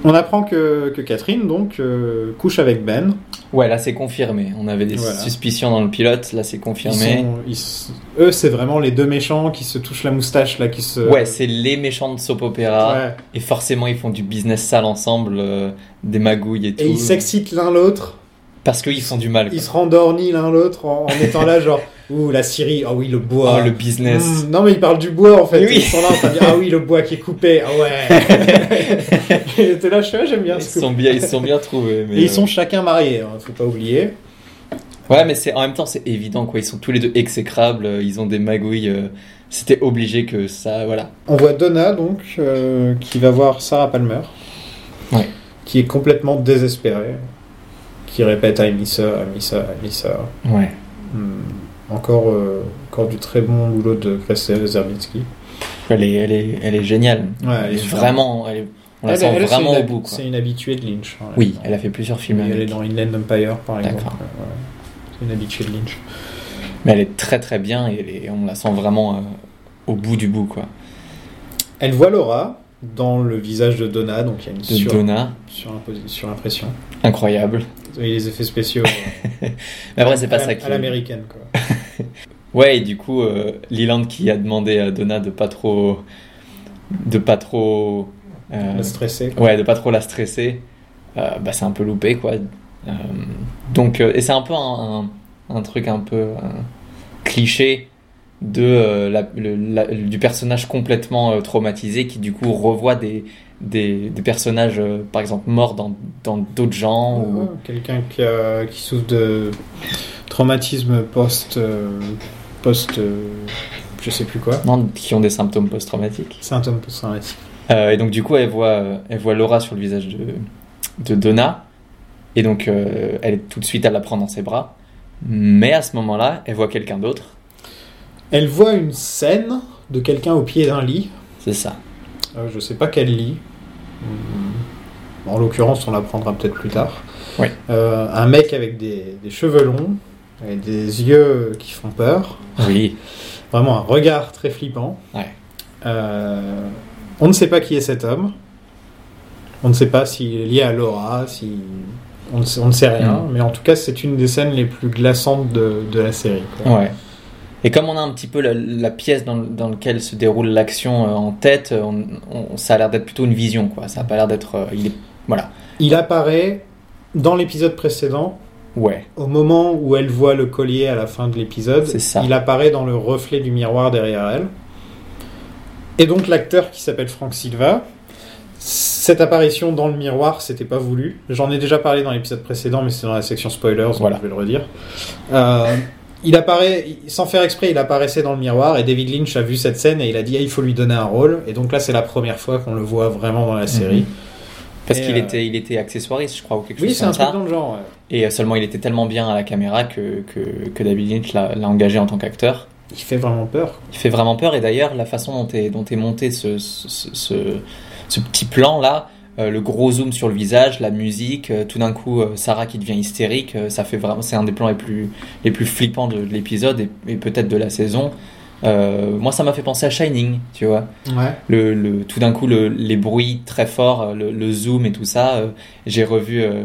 S2: On apprend que, que Catherine, donc, euh, couche avec Ben.
S3: Ouais, là c'est confirmé. On avait des
S2: Voilà.
S3: suspicions dans le pilote, là c'est
S2: Ils
S3: confirmé.
S2: sont- ils s- eux, c'est vraiment les deux méchants qui se touchent la moustache, là, qui se...
S3: Ouais, c'est les méchants de soap opéra.
S2: euh, Ouais.
S3: Et forcément, ils font du business sale ensemble, euh, des magouilles et tout.
S2: Et ils s'excitent l'un l'autre,
S3: Parce qu'ils font du mal. quoi.
S2: ils se rendornient l'un l'autre en, en étant là,
S3: *laughs*
S2: genre, ouh, la Syrie, ah oui, le bois.
S3: Oh, le *laughs* business.
S2: Mm, non, mais ils parlent du bois, en fait.
S3: Oui.
S2: Ils sont là, en train de dire, ah oui, le bois qui est coupé, ah
S3: *laughs*
S2: ouais. Et T'es là, je suis là, j'aime bien
S3: Ils
S2: ce
S3: se
S2: coup.
S3: sont bien, ils se sont bien trouvés. mais,
S2: Et ils sont
S3: euh,
S2: chacun mariés, hein, faut pas oublier.
S3: Ouais, mais c'est en même temps c'est évident quoi. Ils sont tous les deux exécrables. euh, Ils ont des magouilles. euh, C'était obligé que ça, voilà.
S2: On voit Donna, donc, euh, qui va voir Sarah Palmer.
S3: Ouais.
S2: Qui est complètement désespérée. Qui répète I miss her, I miss her, I miss her.
S3: Ouais.
S2: Hmm. Encore, euh, encore du très bon boulot de Kressel Zerbinski.
S3: Elle est, elle est, elle est géniale.
S2: Ouais, elle est super.
S3: vraiment. elle est- on la
S2: Elle,
S3: sent
S2: elle, c'est
S3: vraiment
S2: une
S3: au
S2: hab-
S3: bout. Quoi.
S2: C'est une habituée de Lynch. hein,
S3: Oui,
S2: là-dedans.
S3: elle a fait plusieurs films.
S2: Mais Elle est
S3: avec.
S2: dans Inland Empire, par exemple.
S3: D'accord.
S2: euh, voilà. C'est une habituée de Lynch.
S3: Mais elle est très très bien et elle est- on la sent vraiment euh, au bout du bout quoi.
S2: Elle voit Laura dans le visage de Donna, donc il y a une
S3: De
S2: sur,
S3: Donna,
S2: surimposi- surimpression.
S3: incroyable.
S2: Et les effets spéciaux euh,
S3: Mais *laughs* après c'est pas
S2: à la-
S3: ça qui.
S2: à l'américaine. quoi.
S3: Ouais et du coup euh, Leland qui a demandé à Donna de pas trop, de pas trop, euh,
S2: La stressée.
S3: ouais de pas trop la stresser. euh, bah c'est un peu loupé quoi. Euh, donc euh, et c'est un peu un, un- un truc un peu un cliché de euh, la- le- la- du personnage complètement euh, traumatisé qui du coup revoit des des, des personnages euh, par exemple morts dans dans d'autres gens ou
S2: Ouais, Quelqu'un qui, a- qui souffre de traumatisme post. euh, post. euh, je sais plus quoi.
S3: Non, qui ont des symptômes post-traumatiques.
S2: Symptôme post-traumatique.
S3: Euh, et donc du coup, elle voit, euh, elle voit Laura sur le visage de, de Donna, et donc euh, elle est tout de suite à la prendre dans ses bras. Mais à ce moment-là, elle voit quelqu'un d'autre.
S2: Elle voit une scène de quelqu'un au pied d'un lit.
S3: C'est ça.
S2: Euh, je sais pas quel lit. Hmm. En l'occurrence, on l'apprendra peut-être plus tard.
S3: Oui.
S2: Euh, un mec avec des, des cheveux longs et des yeux qui font peur.
S3: Oui.
S2: Vraiment un regard très flippant.
S3: Ouais.
S2: Euh, on ne sait pas qui est cet homme. On ne sait pas s'il est lié à Laura, si... on, ne sait, on ne sait rien.
S3: Mhm.
S2: Mais en tout cas, c'est une des scènes les plus glaçantes de, de la série. quoi.
S3: Ouais. Et comme on a un petit peu la, la pièce dans, dans laquelle se déroule l'action euh, en tête, euh, on- on- ça a l'air d'être plutôt une vision, quoi. Ça a pas l'air d'être. euh, il est... Voilà.
S2: Il apparaît dans l'épisode précédent
S3: Ouais.
S2: Au moment où elle voit le collier à la fin de l'épisode,
S3: C'est ça.
S2: il apparaît dans le reflet du miroir derrière elle. Et donc l'acteur qui s'appelle Frank Silva, cette apparition dans le miroir, c'était pas voulu. J'en ai déjà parlé dans l'épisode précédent, mais c'est dans la section spoilers, donc
S3: Voilà.
S2: je vais le redire. Euh, il apparaît, sans faire exprès, il apparaissait dans le miroir et David Lynch a vu cette scène et il a dit Ah, il faut lui donner un rôle. Et donc là, c'est la première fois qu'on le voit vraiment dans la série.
S3: Parce
S2: Et,
S3: qu'il
S2: euh,
S3: était, il était accessoiriste, je crois, ou quelque
S2: Oui,
S3: chose
S2: Mm-hmm. c'est un
S3: comme ça.
S2: truc dans le genre. ouais.
S3: Et euh, seulement il était tellement bien à la caméra que, que, que David Lynch l'a l'a engagé en tant qu'acteur.
S2: Il fait vraiment peur.
S3: Il fait vraiment peur et d'ailleurs la façon dont est, dont est monté ce, ce, ce- ce- ce petit plan là, le gros zoom sur le visage, la musique, euh, tout d'un coup euh, Sarah qui devient hystérique, euh, ça fait vraiment c'est un des plans les plus, les plus flippants de, de l'épisode et, et peut-être de la saison. Euh, moi ça m'a fait penser à Shining, tu vois.
S2: Ouais.
S3: Le, le- tout d'un coup le- les bruits très forts, euh, le, le zoom et tout ça, euh, j'ai revu euh,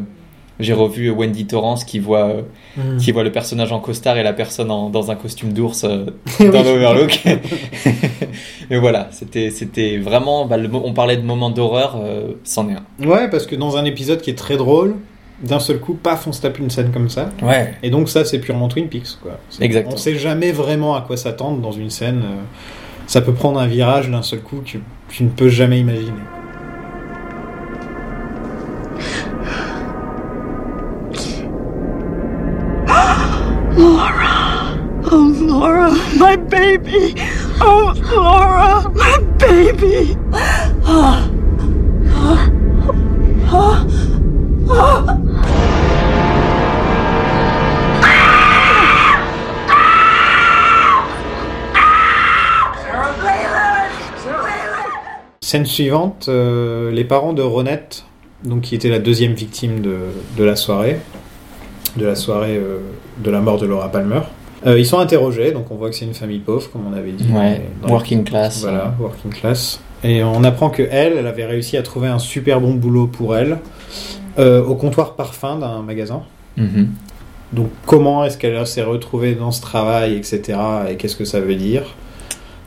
S3: j'ai revu Wendy Torrance qui voit euh,
S2: Mm. Mmh.
S3: qui voit le personnage en costard et la personne en- dans un costume d'ours euh, dans
S2: *laughs* Oui.
S3: l'Overlook. *laughs* Mais voilà, c'était c'était vraiment. bah, le mo- on parlait de moments d'horreur, euh, c'en est un.
S2: Ouais, parce que dans un épisode qui est très drôle, d'un seul coup, paf, on se tape une scène comme ça.
S3: Ouais.
S2: Et donc ça, c'est purement Twin Peaks, quoi. C'est-
S3: Exactement.
S2: On sait jamais vraiment à quoi s'attendre dans une scène. euh, Ça peut prendre un virage d'un seul coup que tu ne peux jamais imaginer.
S5: Oh, Laura, my baby. Oh, Laura, my baby.
S2: Scène suivante, euh, les parents de Ronette, donc qui était la deuxième victime de, de la soirée, de la soirée euh, de la mort de Laura Palmer, euh, ils sont interrogés, donc on voit que c'est une famille pauvre, comme on avait dit.
S3: Ouais,
S2: dans les-
S3: working class.
S2: Voilà, working class. Et on apprend que elle, elle avait réussi à trouver un super bon boulot pour elle euh, au comptoir parfum d'un magasin.
S3: Mhm.
S2: Donc comment est-ce qu'elle s'est retrouvée dans ce travail, etc. Et qu'est-ce que ça veut dire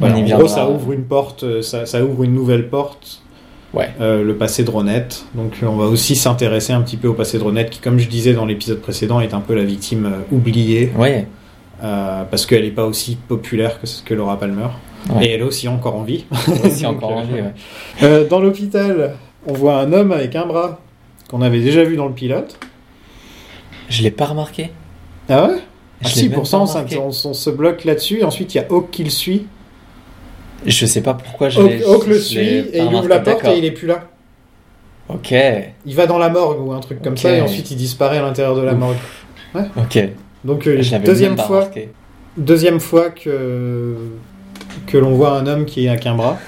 S2: Voilà,
S3: On y
S2: En
S3: viendra.
S2: gros, ça ouvre une porte, euh, ça, ça ouvre une nouvelle porte.
S3: Ouais.
S2: Euh, le passé de Ronette. Donc euh, on va aussi s'intéresser un petit peu au passé de Ronette, qui, comme je disais dans l'épisode précédent, est un peu la victime euh, oubliée
S3: Ouais.
S2: euh, parce qu'elle n'est pas aussi populaire que, que Laura Palmer.
S3: Ouais.
S2: Et elle est aussi encore en vie.
S3: Aussi
S2: Donc,
S3: encore
S2: euh,
S3: en vie, ouais.
S2: Euh, dans l'hôpital, on voit un homme avec un bras qu'on avait déjà vu dans le pilote.
S3: Je l'ai pas remarqué.
S2: Ah ouais
S3: Je
S2: ah,
S3: l'ai
S2: Si,
S3: même
S2: pour
S3: pas
S2: ça, on,
S3: remarqué.
S2: s'in- on- on se bloque là-dessus. Et ensuite, il y a Hawk qui le suit.
S3: Je sais pas pourquoi je
S2: Hawk,
S3: l'ai.
S2: Hawk le
S3: je
S2: suit
S3: l'ai pas
S2: et il ouvre
S3: remarqué,
S2: la porte
S3: d'accord.
S2: et il est plus là.
S3: Ok,
S2: Il va dans la morgue ou un truc comme
S3: Ok.
S2: ça et ensuite il disparaît à l'intérieur de la
S3: Ouf.
S2: morgue.
S3: ok.
S2: Donc, euh,
S3: Je l'avais
S2: deuxième
S3: même pas
S2: fois,
S3: remarqué.
S2: deuxième fois que, que l'on voit un homme qui a qu'un bras.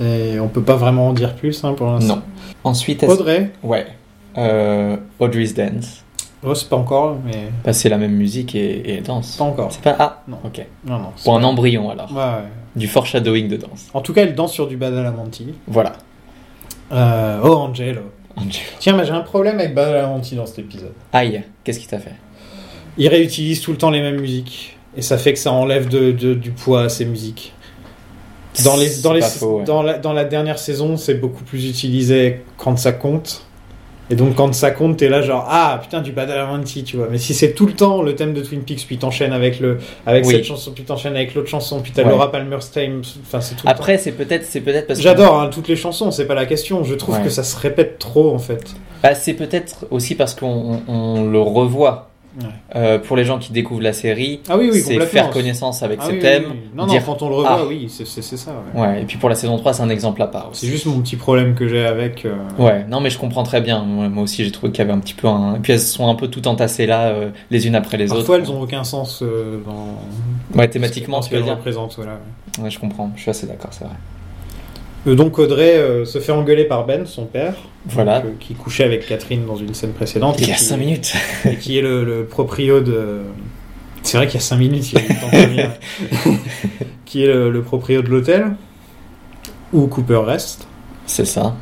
S2: Et on peut pas vraiment en dire plus hein, pour l'instant.
S3: Non. Ensuite, est-ce-
S2: Audrey,
S3: ouais. Euh, Audrey's Dance.
S2: oh, c'est pas encore, mais
S3: Bah, c'est la même musique et, et danse.
S2: pas encore.
S3: C'est pas. Ah,
S2: Non.
S3: ok.
S2: Non, non. c'est-
S3: Pour un embryon alors.
S2: Ouais, ouais.
S3: Du foreshadowing de danse.
S2: En tout cas, elle danse sur du Badalamenti.
S3: Voilà.
S2: Euh, oh, Angelo.
S3: Angelo.
S2: Tiens, mais j'ai un problème avec Badalamenti dans cet épisode.
S3: Aïe, qu'est-ce qui t'a fait
S2: Il réutilise tout le temps les mêmes musiques. Et ça fait que ça enlève de, de- du poids à ces musiques. Dans, les,
S3: C'est
S2: dans, les,
S3: pas faux, ouais.
S2: dans, la, dans la dernière saison, c'est beaucoup plus utilisé quand ça compte. Et donc, quand ça compte, t'es là genre Ah putain, du Badalamenti, tu vois. Mais si c'est tout le temps le thème de Twin Peaks, puis t'enchaînes avec, le, avec
S3: Oui.
S2: cette chanson, puis t'enchaînes avec l'autre chanson, puis t'as
S3: Ouais.
S2: Laura Palmer's Time, enfin, c'est tout le temps.
S3: Après, c'est peut-être, c'est peut-être parce que-
S2: J'adore hein, toutes les chansons, c'est pas la question. Je trouve
S3: Ouais.
S2: que ça se répète trop en fait.
S3: Bah, c'est peut-être aussi parce qu'on on- on le revoit.
S2: Ouais.
S3: Euh, pour les gens qui découvrent la série,
S2: Ah oui, oui,
S3: c'est
S2: complètement.
S3: faire connaissance avec
S2: Ah
S3: ces
S2: oui, oui,
S3: thèmes.
S2: oui. Non,
S3: dire-
S2: non, quand on le revoit,
S3: Ah.
S2: oui, c'est c'est- c'est ça. ouais.
S3: Ouais, et puis pour la saison 3, c'est un exemple à part
S2: C'est
S3: aussi.
S2: juste mon petit problème que j'ai avec. euh,
S3: Ouais, non, mais je comprends très bien. Moi, moi aussi, j'ai trouvé qu'il y avait un petit peu un. Et puis elles sont un peu toutes entassées là, euh, les unes après les
S2: Parfois,
S3: autres.
S2: elles ont aucun sens euh, dans.
S3: Ouais, thématiquement,
S2: dans ce
S3: tu veux
S2: qu'elles
S3: dire.
S2: représentent, voilà, ouais.
S3: Ouais, je comprends, je suis assez d'accord, c'est vrai.
S2: Euh, Donc Audrey euh, se fait engueuler par Ben, son père,
S3: Voilà.
S2: donc, euh, qui couchait avec Catherine dans une scène précédente,
S3: Il y
S2: et
S3: a 5
S2: qui,
S3: minutes.
S2: et qui est le, le proprio de. C'est vrai qu'il y a 5 minutes, il y a eu le temps de venir.
S3: *laughs*
S2: qui est le, le proprio de l'hôtel où Cooper reste.
S3: C'est ça.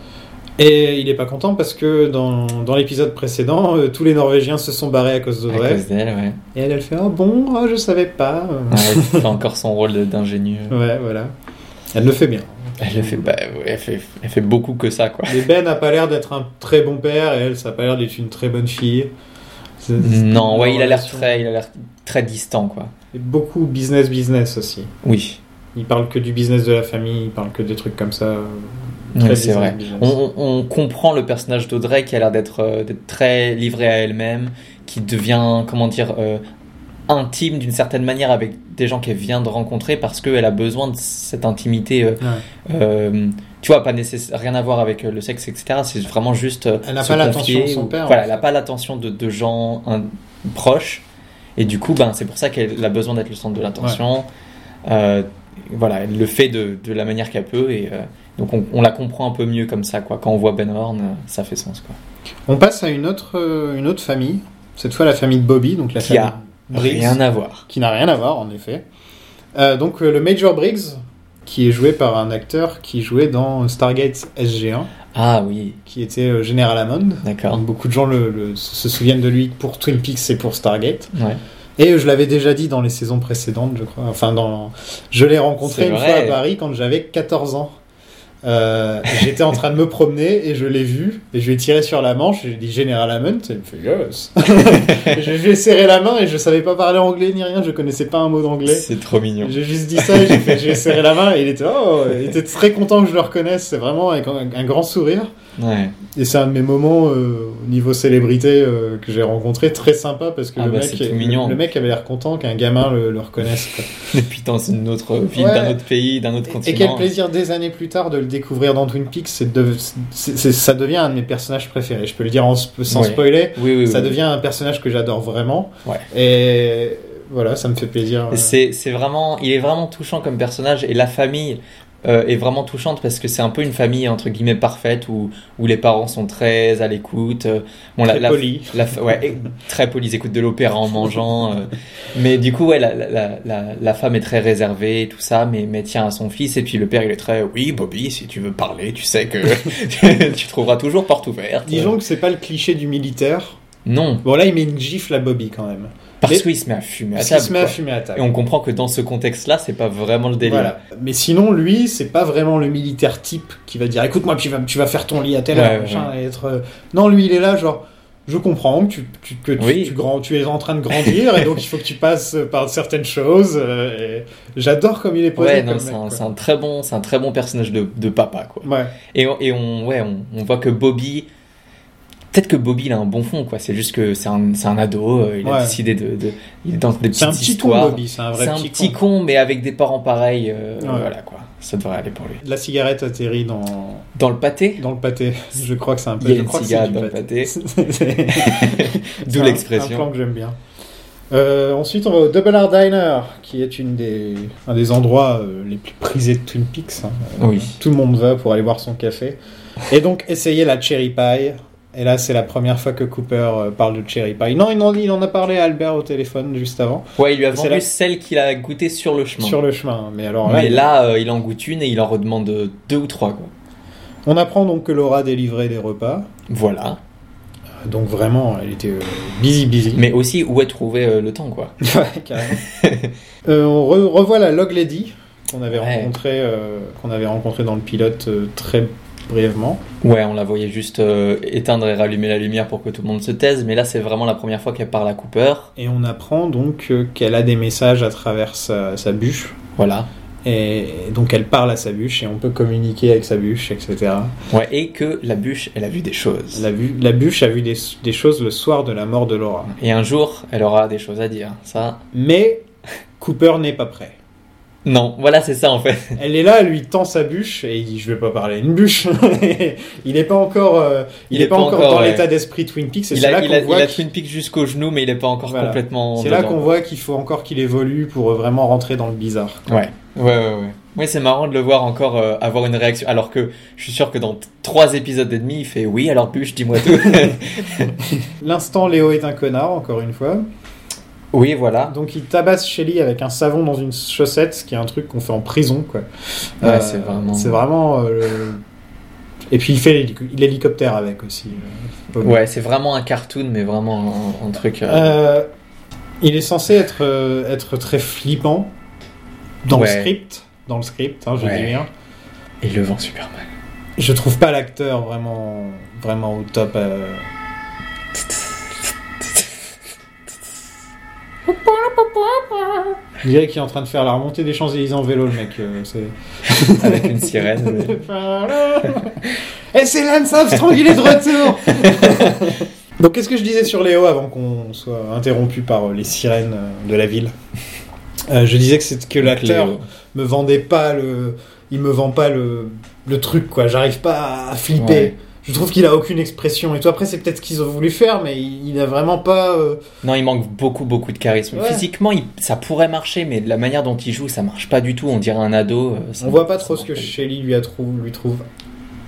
S2: Et il est pas content parce que dans, dans l'épisode précédent, euh, tous les Norvégiens se sont barrés à cause
S3: À
S2: d'Audrey.
S3: cause d'elle, ouais.
S2: Et elle, elle fait Oh bon, oh, je savais pas.
S3: Ouais, elle fait encore son rôle de- d'ingénue.
S2: ouais, voilà. Elle le fait bien.
S3: Elle, le fait, bah, ouais, elle, fait, elle fait beaucoup que ça, quoi.
S2: Mais Ben n'a pas l'air d'être un très bon père et elle, ça a pas l'air d'être une très bonne fille. C'est- c'est
S3: Non,
S2: une
S3: ouais, il a l'air
S2: relation.
S3: très, il a l'air très distant, quoi.
S2: Et beaucoup business, business aussi.
S3: Oui,
S2: Il parle que du business de la famille, il parle que des trucs comme ça. euh,
S3: oui,
S2: très
S3: c'est
S2: business,
S3: vrai.
S2: business.
S3: On, on- on comprend le personnage d'Audrey qui a l'air d'être euh, d'être très livrée à elle-même, qui devient, comment dire, euh, intime d'une certaine manière avec des gens qu'elle vient de rencontrer parce qu'elle a besoin de cette intimité. euh, euh, tu vois, pas nécessaire, rien à voir avec euh, le sexe, etc. C'est vraiment juste. euh,
S2: Elle n'a
S3: se
S2: pas l'attention
S3: confier
S2: de son
S3: ou-
S2: père,
S3: Voilà,
S2: en
S3: elle n'a
S2: fait.
S3: pas l'attention de, de gens hein, proches. Et du coup, ben, c'est pour ça qu'elle a besoin d'être le centre de l'attention. Euh, voilà, elle le fait de, de la manière qu'elle peut. Et, euh, donc on, on la comprend un peu mieux comme ça. Quoi. Quand on voit Ben Horn, euh, ça fait sens. Quoi.
S2: On passe à une autre, euh, une autre famille. Cette fois, la famille de Bobby, donc la
S3: Qui a
S2: famille. Briggs.
S3: Rien à voir.
S2: qui n'a rien à voir en effet. Euh, donc euh, le Major Briggs, qui est joué par un acteur qui jouait dans Stargate SG1,
S3: Ah oui,
S2: qui était euh, General Hammond.
S3: d'accord.
S2: Donc, beaucoup de gens le- le- se souviennent de lui pour Twin Peaks et pour Stargate.
S3: Ouais.
S2: Et euh, je l'avais déjà dit dans les saisons précédentes, je crois. Enfin, dans... je l'ai rencontré
S3: C'est
S2: une
S3: vrai.
S2: fois à Paris quand j'avais 14 ans. Euh, J'étais en train de me promener et je l'ai vu et je lui ai tiré sur la manche et j'ai dit General Hammond et il me fait yes. *laughs* Et je lui ai serré la main et je savais pas parler anglais ni rien, je connaissais pas un mot d'anglais.
S3: C'est trop mignon.
S2: J'ai juste dit ça et j'ai fait- j'ai serré la main et il était, oh, il était très content que je le reconnaisse, c'est vraiment avec un, un grand sourire.
S3: Ouais. *laughs*
S2: Et c'est un de mes moments euh, au niveau célébrité euh, que j'ai rencontré très sympa parce que
S3: Ah
S2: le,
S3: bah,
S2: mec,
S3: c'est tout
S2: le-
S3: mignon.
S2: le mec avait l'air content qu'un gamin le, le reconnaisse. quoi.
S3: Et puis dans une autre ville,
S2: Ouais.
S3: d'un autre pays, d'un autre
S2: Et
S3: continent. hein.
S2: quel plaisir des années plus tard de le découvrir dans Twin Peaks, c'est de- c'est- c'est- ça devient un de mes personnages préférés. Je peux le dire en sp- sans
S3: Ouais.
S2: spoiler,
S3: Oui, oui,
S2: ça
S3: oui.
S2: devient un personnage que j'adore vraiment.
S3: Ouais.
S2: Et voilà, ça me fait plaisir. euh.
S3: C'est c'est vraiment, il est vraiment touchant comme personnage et la famille. euh, est vraiment touchante parce que c'est un peu une famille entre guillemets parfaite où, où les parents sont très à l'écoute. euh, Bon,
S2: Très polis.
S3: la f- ouais, et très polis, ils écoutent de l'opéra en mangeant. euh, mais du coup, ouais, la, la- la, la, la femme est très réservée et tout ça, mais, mais tient à son fils. Et puis le père, il est très oui, Bobby, si tu veux parler, tu sais
S2: *laughs*
S3: que *laughs* tu trouveras toujours porte ouverte.
S2: Disons que c'est pas le cliché du militaire.
S3: Non,
S2: Bon, là, il met une gifle à Bobby quand même.
S3: parce
S2: Mais-
S3: qu'il se met à fumer à
S2: Parce qu'il
S3: table.
S2: se met à
S3: quoi.
S2: fumer à table.
S3: Et on comprend que dans ce contexte-là, c'est pas vraiment le délire.
S2: Voilà. Mais sinon, lui, c'est pas vraiment le militaire type qui va dire écoute-moi, tu vas, tu vas faire ton lit à telle
S3: Ouais,
S2: heure,
S3: ouais,
S2: machin, et être. euh, Non, lui, il est là, genre. Je comprends que, tu, tu- que tu,
S3: Oui.
S2: tu grand- tu es en train de grandir et donc il faut que tu passes par certaines choses. euh, et J'adore comme il est posé.
S3: Ouais,
S2: comme
S3: non, c'est
S2: mec,
S3: un,
S2: quoi.
S3: c'est un très bon, c'est un très bon personnage de, de papa quoi.
S2: Ouais.
S3: Et on, et on, ouais, on, on voit que Bobby, peut-être que Bobby il a un bon fond quoi. C'est juste que c'est un, c'est un ado, euh, il a
S2: Ouais.
S3: décidé de, de- il est dans des petites
S2: C'est un petit con,
S3: histoires.
S2: Bobby. C'est un vrai
S3: C'est un
S2: petit,
S3: petit
S2: con.
S3: con. mais avec des parents pareils, euh,
S2: Ouais.
S3: voilà quoi. Ça devrait aller pour lui.
S2: La cigarette atterrit dans,
S3: Dans le pâté,
S2: dans le pâté. Je crois que c'est un peu.
S3: Il y a
S2: je
S3: une
S2: crois que
S3: cigarette
S2: c'est du
S3: dans le pâté.
S2: C'est- *laughs* *laughs* C'est
S3: d'où
S2: un- Un
S3: l'expression.
S2: plan que j'aime bien. Euh, ensuite, on va au Double R Diner, qui est une des, un des endroits euh, les plus prisés de Twin Peaks. hein.
S3: Oui.
S2: Tout le monde va pour aller boire son café. Et donc, essayer la cherry pie. Et là, c'est la première fois que Cooper euh, parle de cherry pie. Non, il en, il en a parlé à Albert au téléphone juste avant,
S3: Ouais, il lui a
S2: C'est
S3: vendu
S2: la-
S3: celle qu'il a goûtée sur le chemin.
S2: sur le chemin. Mais alors là,
S3: Mais
S2: il-
S3: là, euh, il en goûte une et il en redemande deux ou trois quoi.
S2: on apprend donc que Laura délivrait des repas.
S3: Voilà.
S2: Donc vraiment, elle était euh, busy, busy.
S3: Mais aussi où est trouvé euh, le temps quoi.
S2: Ouais, carrément. *laughs* Euh, on re- revoit la Log Lady qu'on avait,
S3: Ouais.
S2: rencontrée, euh, qu'on avait rencontrée dans le pilote euh, très brièvement.
S3: Ouais, on la voyait juste euh, éteindre et rallumer la lumière pour que tout le monde se taise, mais là c'est vraiment la première fois qu'elle parle à Cooper.
S2: Et on apprend donc euh, qu'elle a des messages à travers sa, sa bûche.
S3: Voilà.
S2: Et donc elle parle à sa bûche et on peut communiquer avec sa bûche, etc.
S3: Ouais, et que la bûche, elle a vu des choses.
S2: La, bu- la bûche a vu des, des choses le soir de la mort de Laura.
S3: Et un jour, elle aura des choses à dire. Ça.
S2: Mais Cooper n'est pas prêt.
S3: Non, voilà, c'est ça en fait.
S2: Elle est là, elle lui tend sa bûche et il dit je vais pas parler à une bûche. *laughs* il n'est pas encore, euh, il est pas encore, dans
S3: ouais.
S2: l'état d'esprit Twin Peaks. et
S3: Il
S2: c'est là
S3: a, il a,
S2: qu'on voit
S3: il a
S2: qu'il-
S3: Twin Peaks jusqu'au genou, mais il est pas encore
S2: Voilà.
S3: complètement.
S2: C'est là
S3: dedans.
S2: qu'on voit qu'il faut encore qu'il évolue pour euh, vraiment rentrer dans le bizarre.
S3: Ouais. Ouais, ouais, ouais. Ouais, c'est marrant de le voir encore euh, avoir une réaction. Alors que je suis sûr que dans t- trois épisodes et demi, il fait oui, alors bûche, dis-moi
S2: *laughs*
S3: tout.
S2: L'instant Léo est un connard, encore une fois.
S3: oui, voilà.
S2: Donc il tabasse Shelly avec un savon dans une chaussette, ce qui est un truc qu'on fait en prison, quoi. Euh,
S3: Ouais, c'est vraiment-
S2: C'est vraiment. euh, le- Et puis il fait l'hélico- l'hélicoptère avec aussi. euh, Bobby.
S3: Ouais, c'est vraiment un cartoon, mais vraiment un, un truc. euh,
S2: Euh, il est censé être, euh, être très flippant dans
S3: Ouais.
S2: le script. Dans le script, hein, je
S3: Ouais.
S2: dis bien.
S3: Et il le vend super mal.
S2: Je trouve pas l'acteur vraiment, vraiment au top. euh, On dirait qu'il est en train de faire la remontée des Champs-Élysées en vélo, le mec. euh, c'est-
S3: Avec une sirène. mais-
S2: Et c'est Lance Armstrong, il est de retour Donc, qu'est-ce que je disais sur Léo avant qu'on soit interrompu par euh, les sirènes euh, de la ville Euh, Je disais que, c'est- que *laughs* l'acteur
S3: Léo.
S2: me vendait pas le... Il me vend pas le, le truc, quoi. J'arrive pas à flipper.
S3: Ouais.
S2: Je trouve qu'il a aucune expression. Et tout après, c'est peut-être ce qu'ils ont voulu faire, mais il, il a vraiment pas... euh,
S3: Non, il manque beaucoup, beaucoup de charisme.
S2: Ouais.
S3: Physiquement, il- ça pourrait marcher, mais de la manière dont il joue, ça marche pas du tout. On dirait un ado. euh, ça-
S2: On voit pas
S3: ça
S2: trop ce que
S3: marche pas.
S2: Shelly lui, a trouve, lui trouve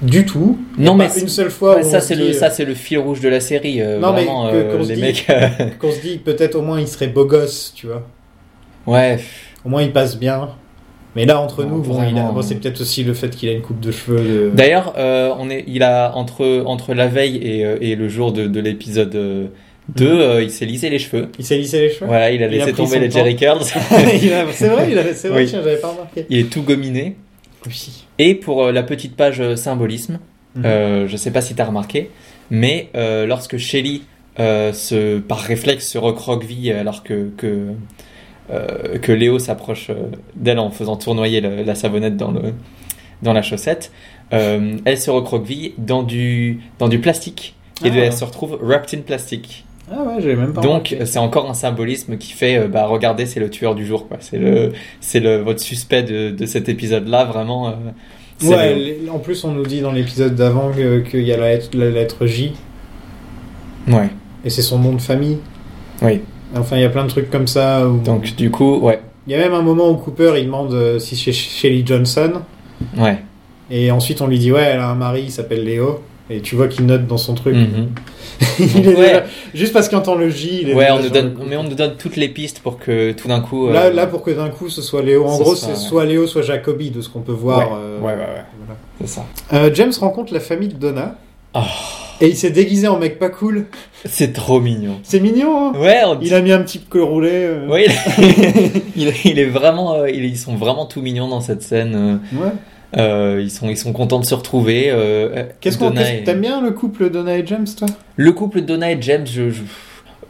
S2: du tout.
S3: Non, mais
S2: Pas une
S3: c'est-
S2: seule fois
S3: ouais,
S2: où
S3: ça,
S2: on
S3: c'est
S2: se
S3: le,
S2: dit, euh,
S3: ça, c'est le fil rouge de la série. euh,
S2: Non, mais
S3: vraiment,
S2: que-
S3: euh,
S2: qu'on se
S3: les
S2: dise-
S3: mecs. euh,
S2: qu'on se dit peut-être au moins il serait beau gosse, tu vois.
S3: ouais. pff.
S2: Au moins il passe bien. Mais là entre
S3: Non,
S2: nous, bon, il a-
S3: vraiment. euh.
S2: bon, c'est peut-être aussi le fait qu'il a une coupe de cheveux. de-
S3: D'ailleurs, euh, on est, il a entre entre la veille et, euh, et le jour de, de l'épisode euh, 2, euh, il s'est lisé les cheveux.
S2: Il s'est lissé les cheveux.
S3: Voilà, il a
S2: Mm. Il a
S3: laissé
S2: pris
S3: tomber
S2: son
S3: les
S2: temps.
S3: Jerry curls. *laughs*
S2: *laughs* Il a- c'est vrai, il avait- c'est vrai,
S3: Oui.
S2: tiens, j'avais pas remarqué.
S3: il est tout gominé.
S2: Oui.
S3: Et pour euh, la petite page euh, symbolisme,
S2: Mhm.
S3: euh, je sais pas si t'as remarqué, mais euh, lorsque Shelly, euh, se, par réflexe, se recroqueville alors que, que, euh, que Léo s'approche euh, d'elle en faisant tournoyer le- la savonnette dans, le, dans la chaussette, euh, elle se recroqueville dans du, dans du plastique. Et
S2: Ah.
S3: elle se retrouve wrapped in plastique.
S2: Ah ouais, j'avais même pas
S3: Donc
S2: remarqué.
S3: c'est encore un symbolisme qui fait, euh, bah regardez, c'est le tueur du jour, quoi. C'est le, c'est le votre suspect de, de cet épisode-là, vraiment. euh, c'est
S2: Ouais,
S3: Léo.
S2: les- en plus on nous dit dans l'épisode d'avant que- qu'il y a la lettre, la lettre J
S3: Ouais,
S2: et c'est son nom de famille.
S3: oui.
S2: Enfin, il y a plein de trucs comme ça. où-
S3: Donc du coup, ouais.
S2: Il y a même un moment où Cooper il demande euh, si c'est Shelly Johnson.
S3: Ouais.
S2: Et ensuite, on lui dit, ouais, elle a un mari, il s'appelle Léo. Et tu vois qu'il note dans son truc.
S3: Mhm.
S2: *laughs* Il est
S3: Ouais.
S2: déjà- Juste parce qu'il entend le J, il est
S3: Ouais,
S2: déjà
S3: on nous
S2: sur le
S3: donne,
S2: coup.
S3: mais on nous donne toutes les pistes pour que tout d'un coup. euh,
S2: Là, là, pour que d'un coup ce soit Léo. En
S3: Ce
S2: gros,
S3: soit,
S2: c'est
S3: ouais.
S2: soit Léo, soit Jacobi, de ce qu'on peut voir.
S3: Ouais,
S2: euh,
S3: ouais, ouais, ouais.
S2: voilà.
S3: c'est ça.
S2: Euh, James rencontre la famille de Donna.
S3: Oh.
S2: Et il s'est déguisé en mec pas cool.
S3: C'est trop mignon.
S2: C'est mignon, hein
S3: Ouais, on dit-
S2: Il a mis un petit col roulé. euh,
S3: *laughs* Ouais, *laughs* il, il- il est vraiment, euh, il- ils sont vraiment tout mignons dans cette scène. euh,
S2: ouais.
S3: euh, ils sont, ils sont contents de se retrouver. euh,
S2: Qu'est-ce qu'on
S3: Donna
S2: qu'est-ce-
S3: et-
S2: T'aimes bien le couple Donna et James, toi
S3: Le couple de Donna et James, je- je-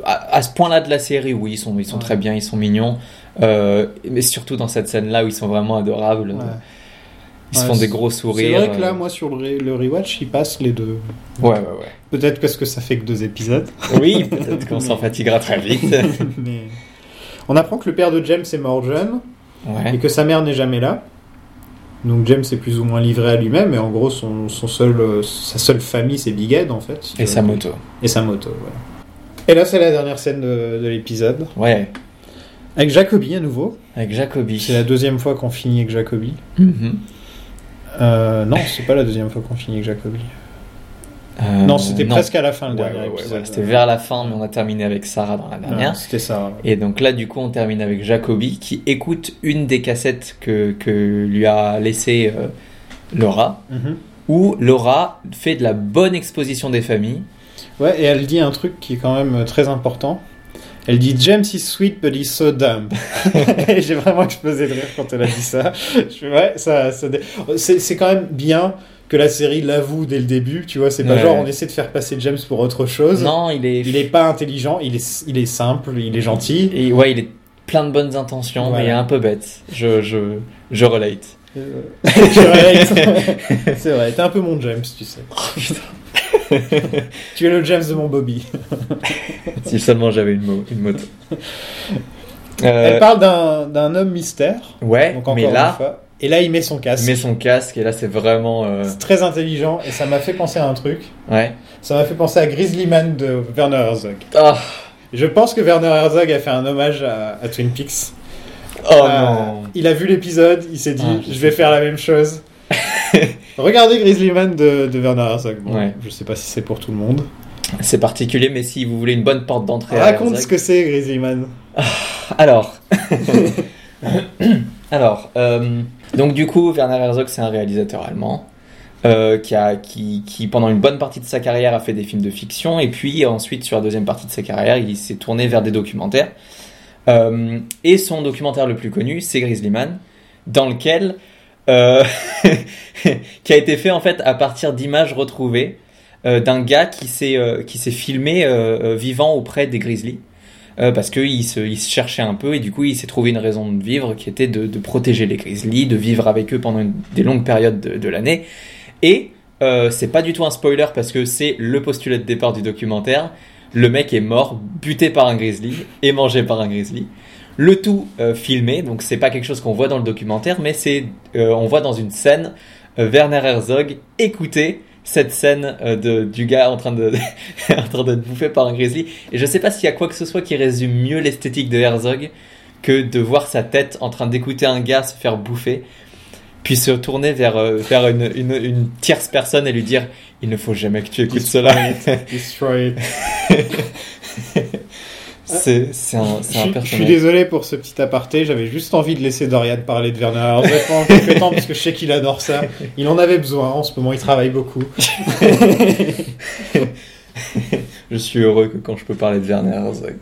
S3: à, à ce point-là de la série, oui, ils sont, ils sont
S2: Ouais.
S3: très bien, ils sont mignons. Euh, mais surtout dans cette scène-là où ils sont vraiment adorables.
S2: Ouais.
S3: Ils se
S2: Ouais,
S3: font
S2: c'est-
S3: des gros
S2: C'est
S3: sourires.
S2: vrai que là,
S3: euh,
S2: moi, sur le, re- le rewatch, ils passent les deux.
S3: Ouais, ouais, ouais.
S2: Peut-être parce que ça fait que deux
S3: *laughs*
S2: épisodes. *laughs*
S3: Oui, peut-être qu'on s'en fatiguera très vite.
S2: Mais on apprend que le père de James est mort jeune et
S3: Ouais.
S2: que sa mère n'est jamais là. Donc James est plus ou moins livré à lui-même et en gros son, son seul, euh, sa seule famille c'est Big Ed en fait. si tu
S3: Et
S2: veux.
S3: sa moto.
S2: Et sa moto, voilà. Et là c'est la dernière scène de, de l'épisode.
S3: Ouais.
S2: Avec Jacobi à nouveau.
S3: Avec Jacobi.
S2: C'est la deuxième fois qu'on finit avec Jacobi.
S3: Mhm.
S2: Euh, non, c'est pas la deuxième fois qu'on finit avec Jacobi.
S3: Euh,
S2: non, c'était presque à la fin le
S3: Ouais,
S2: dernier
S3: ouais, ouais,
S2: épisode.
S3: ouais, C'était vers la fin, mais on a terminé avec Sarah dans la
S2: Ouais,
S3: dernière.
S2: C'était ça.
S3: Et donc là, du coup, on termine avec Jacobi qui écoute une des cassettes que, que lui a laissé euh, Laura,
S2: Mhm.
S3: où Laura fait de la bonne exposition des familles.
S2: Ouais, et elle dit un truc qui est quand même euh, très important. Elle dit James is sweet but he's so dumb. *laughs* Et j'ai vraiment explosé de rire quand elle a dit ça. Je fais, ouais, ça, ça dé- c'est, c'est quand même bien que la série l'avoue dès le début. Tu vois, c'est pas
S3: Ouais.
S2: genre on essaie de faire passer James pour autre chose.
S3: Non, il est,
S2: Il est pas intelligent, il est, il est simple, il est gentil.
S3: et ouais, il est plein de bonnes intentions, mais
S2: Voilà.
S3: il est un peu bête. Je, je, je relate.
S2: Euh, c'est vrai, c'est vrai, t'es un peu mon James, tu sais. *laughs* tu es le James de mon Bobby.
S3: si seulement j'avais une, mo- une moto.
S2: Elle
S3: Euh,
S2: parle d'un, d'un homme mystère.
S3: ouais,
S2: Donc encore
S3: mais
S2: une
S3: là,
S2: fois. Et là, il met son casque.
S3: met son casque et là, c'est vraiment. euh,
S2: C'est très intelligent et ça m'a fait penser à un truc.
S3: ouais.
S2: Ça m'a fait penser à Grizzly Man de Werner Herzog.
S3: Ah,
S2: Je pense que Werner Herzog a fait un hommage à, à Twin Peaks.
S3: oh
S2: Euh,
S3: non.
S2: Il a vu l'épisode, il s'est dit
S3: Ah, je
S2: je vais faire la même
S3: *laughs*
S2: chose. Regardez Grizzly Man de, de Werner Herzog. Bon,
S3: Ouais.
S2: Je sais pas si c'est pour tout le monde.
S3: C'est particulier, mais si vous voulez une bonne porte d'entrée. à
S2: Raconte
S3: Herzog-
S2: ce que c'est Grizzly Man.
S3: Alors. Alors. euh, donc, du coup, Werner Herzog, c'est un réalisateur allemand. euh, qui, a, qui, qui, pendant une bonne partie de sa carrière, a fait des films de fiction. Et puis, ensuite, sur la deuxième partie de sa carrière, il s'est tourné vers des documentaires. Euh, et son documentaire le plus connu, c'est Grizzly Man, dans lequel. euh, *laughs* qui a été fait, en fait, à partir d'images retrouvées euh, d'un gars qui s'est euh, qui s'est filmé euh, euh, vivant auprès des grizzlies. Euh, parce qu'il se, il se cherchait un peu et du coup il s'est trouvé une raison de vivre qui était de, de protéger les grizzlies, de vivre avec eux pendant une- des longues périodes de, de l'année. Et euh, c'est pas du tout un spoiler parce que c'est le postulat de départ du documentaire. Le mec est mort, buté par un grizzly et mangé par un grizzly. Le tout euh, filmé, donc c'est pas quelque chose qu'on voit dans le documentaire, mais c'est euh, on voit dans une scène euh, Werner Herzog écouter cette scène euh, de, du gars en train de *laughs* en train d'être bouffé par un grizzly et je sais pas s'il y a quoi que ce soit qui résume mieux l'esthétique de Herzog que de voir sa tête en train d'écouter un gars se faire bouffer, puis se tourner vers, euh, vers une, une, une tierce personne et lui dire Il ne faut jamais que tu écoutes cela.
S2: Destroy it.
S3: *laughs* C'est c'est un,
S2: Je
S3: c'est un
S2: suis- je suis
S3: personnage.
S2: désolé pour ce petit aparté, j'avais juste envie de laisser Dorian parler de Werner Herzog pendant
S3: *laughs*
S2: quelques temps parce que je sais qu'il adore ça. Il en avait besoin en ce moment, il travaille beaucoup.
S3: *laughs* Je suis heureux que quand je peux parler de Werner Herzog.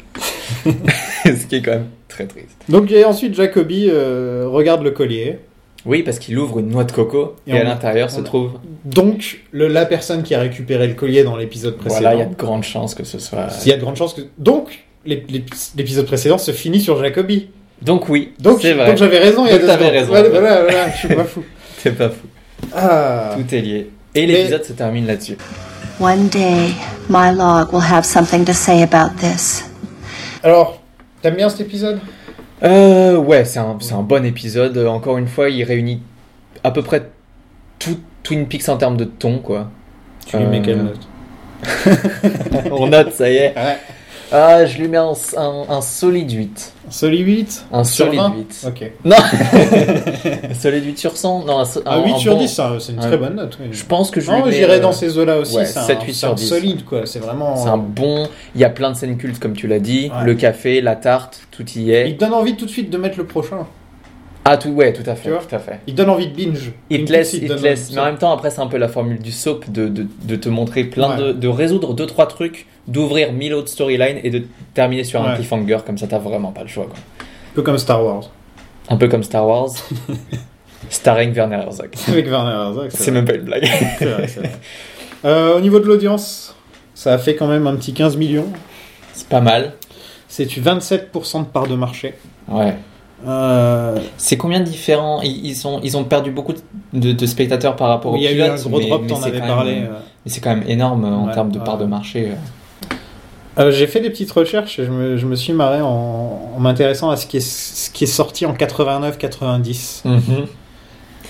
S3: *laughs* Ce qui est quand même très triste.
S2: Donc et ensuite Jacobi euh, regarde le collier.
S3: Oui, parce qu'il ouvre une noix de coco
S2: Et
S3: et,
S2: on-
S3: à l'intérieur se
S2: on-
S3: trouve.
S2: Donc le, la personne qui a récupéré le collier dans l'épisode précédent.
S3: Voilà, il y a de grandes chances que ce soit.
S2: il y a de grandes chances que donc l'ép- l'ép- l'épisode précédent se finit sur Jacobi.
S3: Donc, oui,
S2: Donc,
S3: c'est vrai.
S2: donc j'avais raison. il y a
S3: Donc
S2: deux
S3: t'avais
S2: secondes. Voilà,
S3: raison.
S2: voilà, voilà, je suis pas
S3: *laughs*
S2: fou.
S3: C'est pas fou.
S2: Ah.
S3: Tout est lié. Et l'épisode se termine là-dessus.
S6: One day, my log will have something to say about this.
S2: Alors t'aimes bien cet épisode
S3: Euh, ouais, c'est un, c'est un bon épisode. Euh, Encore une fois, il réunit à peu près tout Twin Peaks en termes de ton, quoi. *laughs*
S2: Tu
S3: Euh,
S2: lui mets quelle note
S3: On note, ça y est.
S2: Ouais.
S3: Ah, je lui mets un, un, un solide 8.
S2: Solide 8
S3: Un
S2: Sur
S3: solide
S2: 20?
S3: 8.
S2: Ok.
S3: Non
S2: *laughs*
S3: Solide 8 sur 100 Non, un, so-
S2: Ah,
S3: un-
S2: 8
S3: un
S2: sur
S3: bon-
S2: 10, ça, c'est une
S3: un-
S2: très bonne note. oui.
S3: Je pense que je
S2: Non,
S3: lui mets,
S2: j'irais
S3: euh,
S2: dans ces eaux-là aussi.
S3: ouais,
S2: c'est un,
S3: 7, 8
S2: c'est un
S3: sur 10.
S2: solide, quoi. C'est vraiment.
S3: C'est un bon. Il y a plein de scènes cultes, comme tu l'as dit.
S2: Ouais.
S3: Le café, la tarte, tout y
S2: Il
S3: est.
S2: te donne envie tout de suite de mettre le prochain.
S3: Ah, tout, ouais, tout à fait.
S2: Tu vois
S3: Tout à fait.
S2: Il te donne envie de binge.
S3: Il
S2: Twin
S3: te laisse,
S2: Peaks,
S3: il te
S2: donne
S3: laisse.
S2: envie
S3: Mais en
S2: de-
S3: même temps, après, c'est un peu la formule du soap de, de, de te montrer plein
S2: Ouais.
S3: de, de résoudre deux trois trucs, d'ouvrir mille autres storylines et de terminer sur un
S2: Ouais.
S3: cliffhanger comme ça. T'as vraiment pas le choix. Quoi.
S2: Un peu comme Star
S3: *laughs*
S2: Wars.
S3: Un peu comme
S2: *laughs*
S3: Star Wars, starring Werner Herzog.
S2: Avec Werner Herzog.
S3: C'est
S2: vrai.
S3: même pas une blague. *laughs*
S2: *laughs* C'est vrai, c'est vrai. Euh, au niveau de l'audience, ça a fait quand même un petit 15 millions.
S3: C'est pas mal.
S2: C'est du 27% de part de marché.
S3: Ouais.
S2: Euh,
S3: C'est combien de différents ils, ils ont ils ont perdu beaucoup de, de spectateurs par rapport au
S2: il y a eu
S3: pilote,
S2: un gros
S3: mais-
S2: drop,
S3: mais
S2: t'en
S3: c'est
S2: avais
S3: quand
S2: parlé.
S3: même-
S2: euh.
S3: mais c'est quand même énorme euh, en
S2: Ouais,
S3: termes de
S2: ouais.
S3: part de marché. euh.
S2: Euh, J'ai fait des petites recherches et je me, je me suis marré en, en m'intéressant à ce qui, est, ce qui est sorti en 89-90.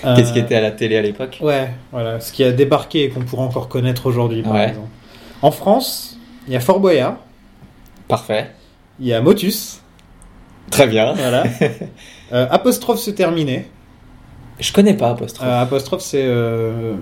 S2: Euh,
S3: Qu'est-ce qui était à la télé à l'époque
S2: Ouais, voilà, ce qui a débarqué et qu'on pourrait encore connaître aujourd'hui, par
S3: Ouais.
S2: exemple. En France, il y a Fort Boyard,
S3: Parfait.
S2: il y a Motus,
S3: Très bien. *laughs*
S2: voilà. Euh, apostrophe se terminer.
S3: Je connais pas Apostrophe.
S2: Euh, apostrophe, c'est. euh,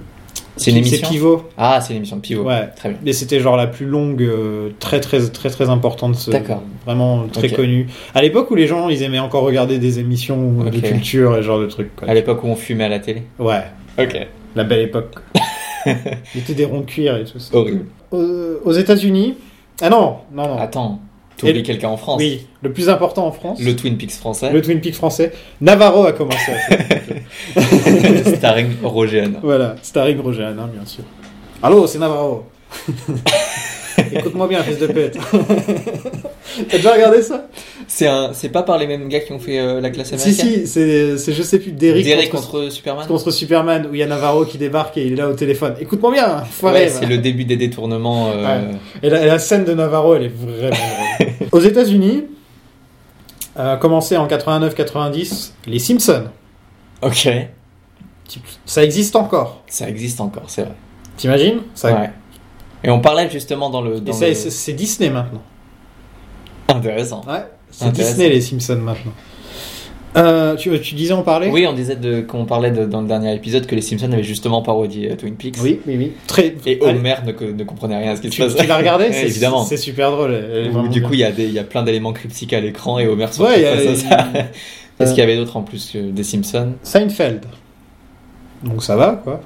S3: c'est une
S2: C'est
S3: émission.
S2: pivot.
S3: Ah, c'est l'émission de Pivot.
S2: Ouais.
S3: Très bien.
S2: Mais c'était genre la plus longue, euh, très très très très importante. ce-
S3: D'accord.
S2: Vraiment très
S3: Ok.
S2: connue. À l'époque où les gens, ils aimaient encore regarder des émissions euh, de
S3: Ok.
S2: culture et ce genre de trucs. quoi.
S3: À l'époque où on fumait à la télé.
S2: Ouais,
S3: Ok.
S2: la belle
S3: *laughs*
S2: époque. Il était des ronds de cuir et tout ça.
S3: Horrible.
S2: Aux, aux États-Unis. Ah non, non, non.
S3: Attends.
S2: Et
S3: T'oublies
S2: le-
S3: quelqu'un en France.
S2: Oui, le plus important en France.
S3: Le Twin Peaks français.
S2: le Twin Peaks français. Navarro a commencé. à
S3: *laughs*
S2: faire.
S3: Starring Roger Hanna.
S2: voilà, starring Roger Hanin, bien sûr. Allô, c'est
S3: *laughs*
S2: Navarro. Écoute-moi bien, fils de pète. T'as déjà regardé ça
S3: C'est un. C'est pas par les mêmes gars qui ont fait euh, la classe
S2: Si,
S3: américaine.
S2: si, c'est, c'est je sais plus, Derrick,
S3: Derrick
S2: contre,
S3: contre Superman.
S2: contre Superman, où il y a Navarro qui débarque et il est là au téléphone. Écoute-moi bien, hein, foiré.
S3: ouais, c'est le début des détournements. euh,
S2: Et la, la scène de Navarro, elle est vraiment
S3: *laughs*
S2: drôle. Aux États-Unis, euh, commencé en 89-90, les Simpsons,
S3: Ok.
S2: ça existe encore.
S3: Ça existe encore, c'est vrai.
S2: T'imagines ça...
S3: Ouais. Et on parlait justement dans le.
S2: Et
S3: Dans
S2: ça,
S3: le-
S2: c'est, c'est Disney maintenant.
S3: *laughs* Intéressant.
S2: Ouais, c'est
S3: Intéressant.
S2: Disney les Simpsons maintenant. Euh, tu, tu disais en parler
S3: Oui, on disait de, qu'on parlait de- dans le dernier épisode que les Simpsons avaient justement parodié euh, Twin Peaks.
S2: oui, oui, oui. Très.
S3: Et
S2: Allez,
S3: Homer ne, co- ne comprenait rien à ce qui se
S2: tu,
S3: passait.
S2: tu l'as
S3: *laughs*
S2: regardé c'est,
S3: Évidemment.
S2: C'est super drôle. elle- elle est
S3: Ou
S2: vraiment
S3: du
S2: bien.
S3: coup, il y, a des- il y a plein d'éléments cryptiques à l'écran et Homer se
S2: Ouais, il y a- Euh.
S3: retrouve face à
S2: *laughs*
S3: ça. Parce qu'il y avait d'autres en plus que des Simpsons.
S2: Seinfeld. Donc ça va, quoi.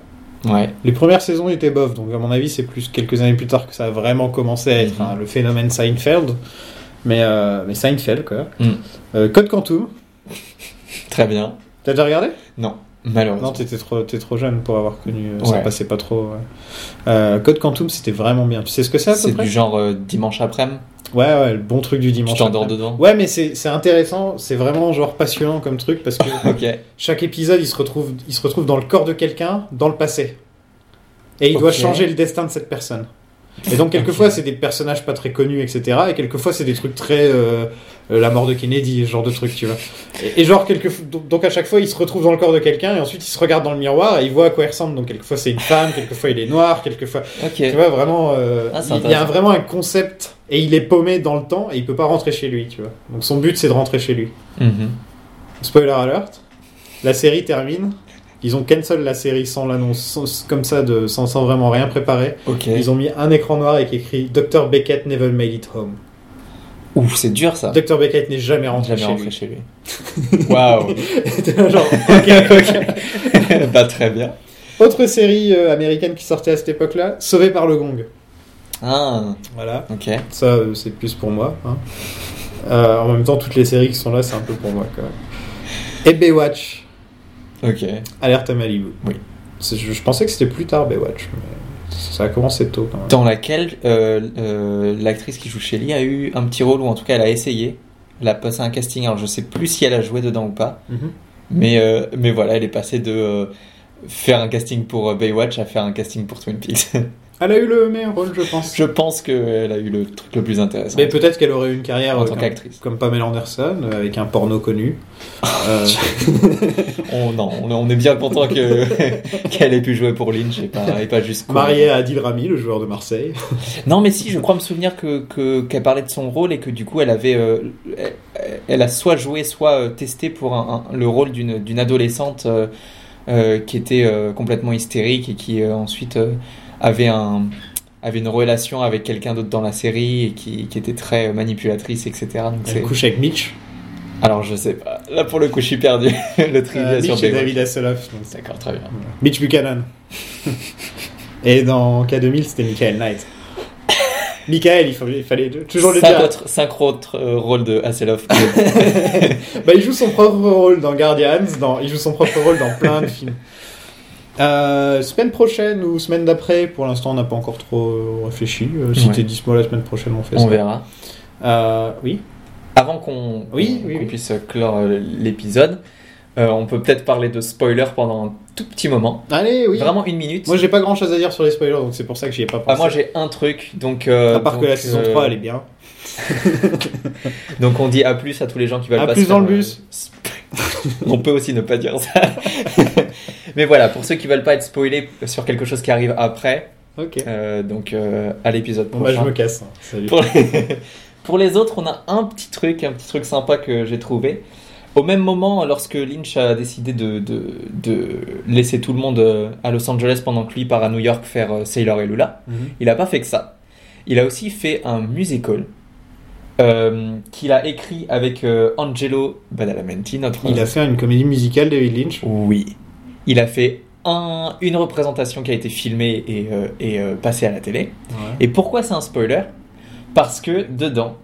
S3: Ouais.
S2: Les premières saisons étaient bof, donc à mon avis, c'est plus quelques années plus tard que ça a vraiment commencé à être
S3: Mhm.
S2: hein, le phénomène Seinfeld. Mais, euh, mais Seinfeld, quoi.
S3: Mhm.
S2: Euh, Code Quantum.
S3: Très bien.
S2: T'as déjà regardé
S3: Non, malheureusement.
S2: Non, t'étais trop, t'es trop jeune pour avoir connu. euh, Ça
S3: Ouais.
S2: passait pas trop. ouais. Euh, Code Quantum, c'était vraiment bien. Tu sais ce que c'est à peu
S3: c'est
S2: près
S3: du genre euh, dimanche après-midi.
S2: Ouais, ouais, le bon truc du
S3: Tu
S2: dimanche.
S3: t'endors
S2: après.
S3: dedans.
S2: Ouais, mais c'est c'est intéressant. C'est vraiment genre passionnant comme truc parce
S3: *laughs*
S2: que *laughs*
S3: Ok.
S2: chaque épisode, il se retrouve, il se retrouve dans le corps de quelqu'un, dans le passé. Et il doit
S3: Ok.
S2: changer le destin de cette personne. Et donc, quelquefois, c'est des personnages pas très connus, etc. Et quelquefois, c'est des trucs très. euh, euh, la mort de Kennedy, ce genre de truc, tu vois. Et, et genre, quelques, donc à chaque fois, il se retrouve dans le corps de quelqu'un, et ensuite, il se regarde dans le miroir, et il voit à quoi il ressemble. Donc, quelquefois, c'est une femme, quelquefois, il est noir, quelquefois.
S3: Ok.
S2: Tu vois, vraiment. euh,
S3: Ah, c'est
S2: il y a
S3: intéressant.
S2: vraiment un concept, et il est paumé dans le temps, et il peut pas rentrer chez lui, tu vois. Donc, son but, c'est de rentrer chez lui.
S3: Mhm.
S2: Spoiler alert, la série termine. Ils ont cancel la série sans l'annonce, sans- comme ça, de, sans, sans vraiment rien préparer.
S3: Ok.
S2: Ils ont mis un écran noir avec écrit Dr. Beckett never made it home.
S3: Ouf, c'est dur ça.
S2: Dr. Beckett n'est jamais rentré
S3: Jamais
S2: chez
S3: rentré
S2: lui.
S3: chez lui.
S2: *laughs*
S3: Waouh.
S2: T'es là *laughs* genre, ok, ok.
S3: *laughs* bah, très bien.
S2: Autre série euh, américaine qui sortait à cette époque-là, Sauvé par le gong.
S3: Ah,
S2: Voilà,
S3: ok.
S2: ça euh, c'est plus pour moi. hein. Euh, en même temps, toutes les séries qui sont là, c'est un peu pour moi quand même. Et Baywatch.
S3: Ok.
S2: Alerte à Malibu.
S3: Oui.
S2: C'est- Je, je pensais que c'était plus tard Baywatch, mais ça a commencé tôt quand même.
S3: Dans laquelle euh, euh, l'actrice qui joue Shelley a eu un petit rôle, ou en tout cas elle a essayé. Elle a passé un casting, alors je sais plus si elle a joué dedans ou pas.
S2: Mhm.
S3: Mais, euh, mais voilà, elle est passée de euh, faire un casting pour euh, Baywatch à faire un casting pour Twin Peaks. *laughs*
S2: Elle a eu le meilleur rôle, je pense.
S3: Je pense qu'elle a eu le truc le plus intéressant.
S2: Mais peut-être qu'elle aurait eu une carrière
S3: En
S2: euh,
S3: tant
S2: comme,
S3: qu'actrice.
S2: comme Pamela Anderson, euh, avec un porno
S3: *laughs*
S2: connu.
S3: Ah,
S2: Euh,
S3: on, non, on, on est bien content que- *laughs* qu'elle ait pu jouer pour Lynch et pas, et pas juste. pour-
S2: mariée à Adil Rami, le joueur de Marseille.
S3: Non, mais si, je crois me souvenir que que- qu'elle parlait de son rôle et que du coup, elle avait, euh, elle, elle a soit joué, soit euh, testé pour un- un- le rôle d'une d'une adolescente euh, euh, qui était euh, complètement hystérique et qui euh, ensuite euh, avait un avait une relation avec quelqu'un d'autre dans la série et qui, qui était très euh, manipulatrice, etc. Donc c'est-
S2: Elle couche avec Mitch.
S3: Alors je sais pas. Là pour le coup, je suis perdu. *laughs* le trivia
S2: Euh,
S3: sur
S2: Mitch et
S3: Baywatch.
S2: David Hasselhoff. donc c'est-
S3: D'accord, très bien.
S2: Mitch
S3: *laughs*
S2: Buchanan. et dans K2000, c'était Michael Knight. Michael, il fallait, il fallait toujours le
S3: Cinq
S2: dire.
S3: autres, cinq autres euh, rôles de
S2: *laughs*
S3: Hasselhoff.
S2: Bah, il joue son propre rôle dans Guardians, dans... il joue son propre rôle dans plein de films. Euh, semaine prochaine ou semaine d'après, pour l'instant on n'a pas encore trop euh, réfléchi. Euh, si
S3: Ouais.
S2: t'es dispo la semaine prochaine, on fait
S3: on
S2: ça.
S3: verra.
S2: Euh, oui.
S3: Avant qu'on
S2: Oui,
S3: qu'on-
S2: oui,
S3: qu'on
S2: oui.
S3: puisse clore euh, l'épisode, euh, on peut peut-être parler de spoilers pendant un tout petit moment.
S2: Allez, oui.
S3: Vraiment une minute.
S2: Moi j'ai pas grand chose à dire sur les spoilers, donc c'est pour ça que j'y ai pas
S3: Ah,
S2: pensé.
S3: moi j'ai un truc, donc... euh,
S2: à part que
S3: donc,
S2: la saison
S3: euh,
S2: 3 elle est bien.
S3: Donc on dit à plus à tous les gens qui veulent
S2: À
S3: pas
S2: plus
S3: se faire,
S2: dans le
S3: euh,
S2: bus.
S3: sp- *laughs* on peut aussi ne pas dire ça. *laughs* Mais voilà, pour ceux qui veulent pas être spoilés sur quelque chose qui arrive après,
S2: Ok.
S3: euh, donc euh, à l'épisode
S2: Bon bah je
S3: prochain.
S2: me casse. hein. Salut.
S3: Pour les... pour les autres, on a un petit truc, un petit truc sympa que j'ai trouvé. Au même moment, lorsque Lynch a décidé de, de, de laisser tout le monde euh, à Los Angeles pendant que lui part à New York faire euh, Sailor et Lula,
S2: Mhm.
S3: il n'a pas fait que ça. Il a aussi fait un musical euh, qu'il a écrit avec euh, Angelo Badalamenti, notre...
S2: Il a fait une comédie musicale David Lynch.
S3: Oui. Il a fait un- une représentation qui a été filmée et, euh, et euh, passée à la télé. Et pourquoi c'est un spoiler Parce que dedans,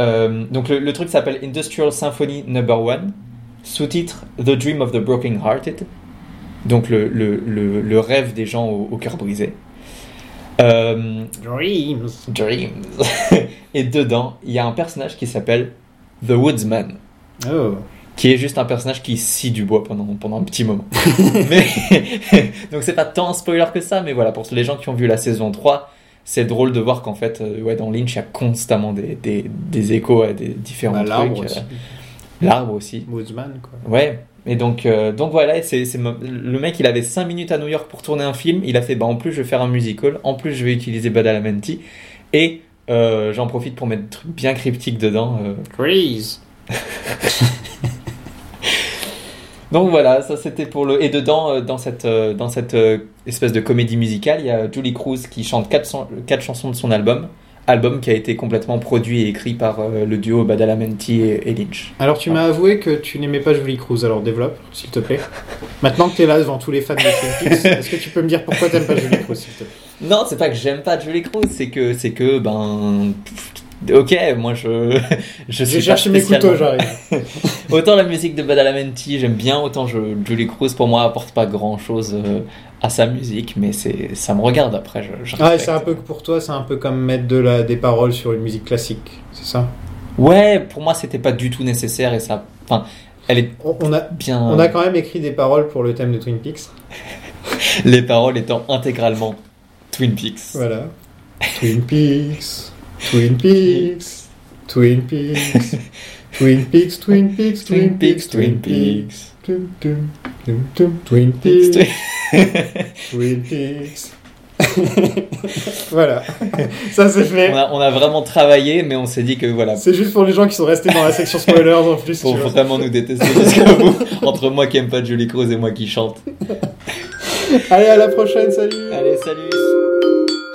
S3: euh, donc le, le truc s'appelle Industrial Symphony Number One, sous-titre The Dream of the Broken Hearted, donc le, le- le- le rêve des gens au, au cœur brisé. Euh,
S2: Dreams.
S3: dreams. *laughs* Et dedans, il y a un personnage qui s'appelle The Woodsman
S2: Oh.
S3: qui est juste un personnage qui scie du bois pendant, pendant un petit moment.
S2: *laughs*
S3: mais, *laughs* donc c'est pas tant un spoiler que ça, mais voilà, pour les gens qui ont vu la saison 3, c'est drôle de voir qu'en fait, euh, ouais, dans Lynch, il y a constamment des, des, des échos à des différents
S2: Bah, l'arbre
S3: trucs.
S2: aussi.
S3: euh, L'arbre aussi.
S2: Woodsman quoi.
S3: Ouais. Et donc, euh, donc voilà, c'est c'est mo- le mec, il avait 5 minutes à New York pour tourner un film. Il a fait, bah en plus, je vais faire un musical. En plus, je vais utiliser Badalamenti. Et euh, j'en profite pour mettre des trucs bien cryptiques dedans. euh,
S2: Trees.
S3: *laughs* Donc voilà, ça c'était pour le. Et dedans, euh, dans cette, euh, dans cette euh, espèce de comédie musicale, il y a Julie Cruz qui chante 4, chansons de son album. Album qui a été complètement produit et écrit par euh, le duo Badalamenti et, et Lynch.
S2: Alors tu m'as avoué que tu n'aimais pas Julie Cruz, alors développe, s'il te plaît. Maintenant que t'es là devant tous les fans de Twin
S3: *laughs*
S2: Peaks, est-ce que tu peux me dire pourquoi t'aimes pas Julie Cruz, s'il te plaît
S3: Non, c'est pas que j'aime pas Julie Cruz, c'est que, c'est que, ben. pff, Ok, moi je. *laughs* Je
S2: J'ai
S3: suis
S2: cherché
S3: pas
S2: mes couteaux,
S3: spécialement-
S2: j'arrive.
S3: Autant la musique de Badalamenti, j'aime bien, autant je, Julie Cruz pour moi apporte pas grand chose à sa musique, mais c'est, ça me regarde après. Je, je
S2: Ah, et
S3: respecte.
S2: c'est un peu que pour toi, c'est un peu comme mettre de la, des paroles sur une musique classique, c'est ça
S3: Ouais, pour moi, c'était pas du tout nécessaire et ça. Enfin, elle est
S2: on, on a,
S3: bien.
S2: on a quand même écrit des paroles pour le thème de Twin Peaks.
S3: *laughs* Les paroles étant intégralement Twin Peaks.
S2: Voilà. Twin Peaks, Twin Peaks, Twin Peaks, Twin Peaks, Twin Peaks,
S3: Twin Peaks, Twin Peaks.
S2: Tum, tum, tum, tum, Twin
S3: Twin
S2: Peaks. *laughs* Twin Peaks. voilà, ça c'est fait.
S3: *laughs* on, a, on a vraiment travaillé, mais on s'est dit que voilà,
S2: C'est juste pour les gens qui sont restés dans la section spoilers en plus.
S3: pour
S2: tu vois.
S3: vraiment nous *laughs* détester jusqu'au bout, entre moi qui aime pas Julie Cruz et moi qui chante.
S2: Allez, à la prochaine, salut.
S3: Allez, salut!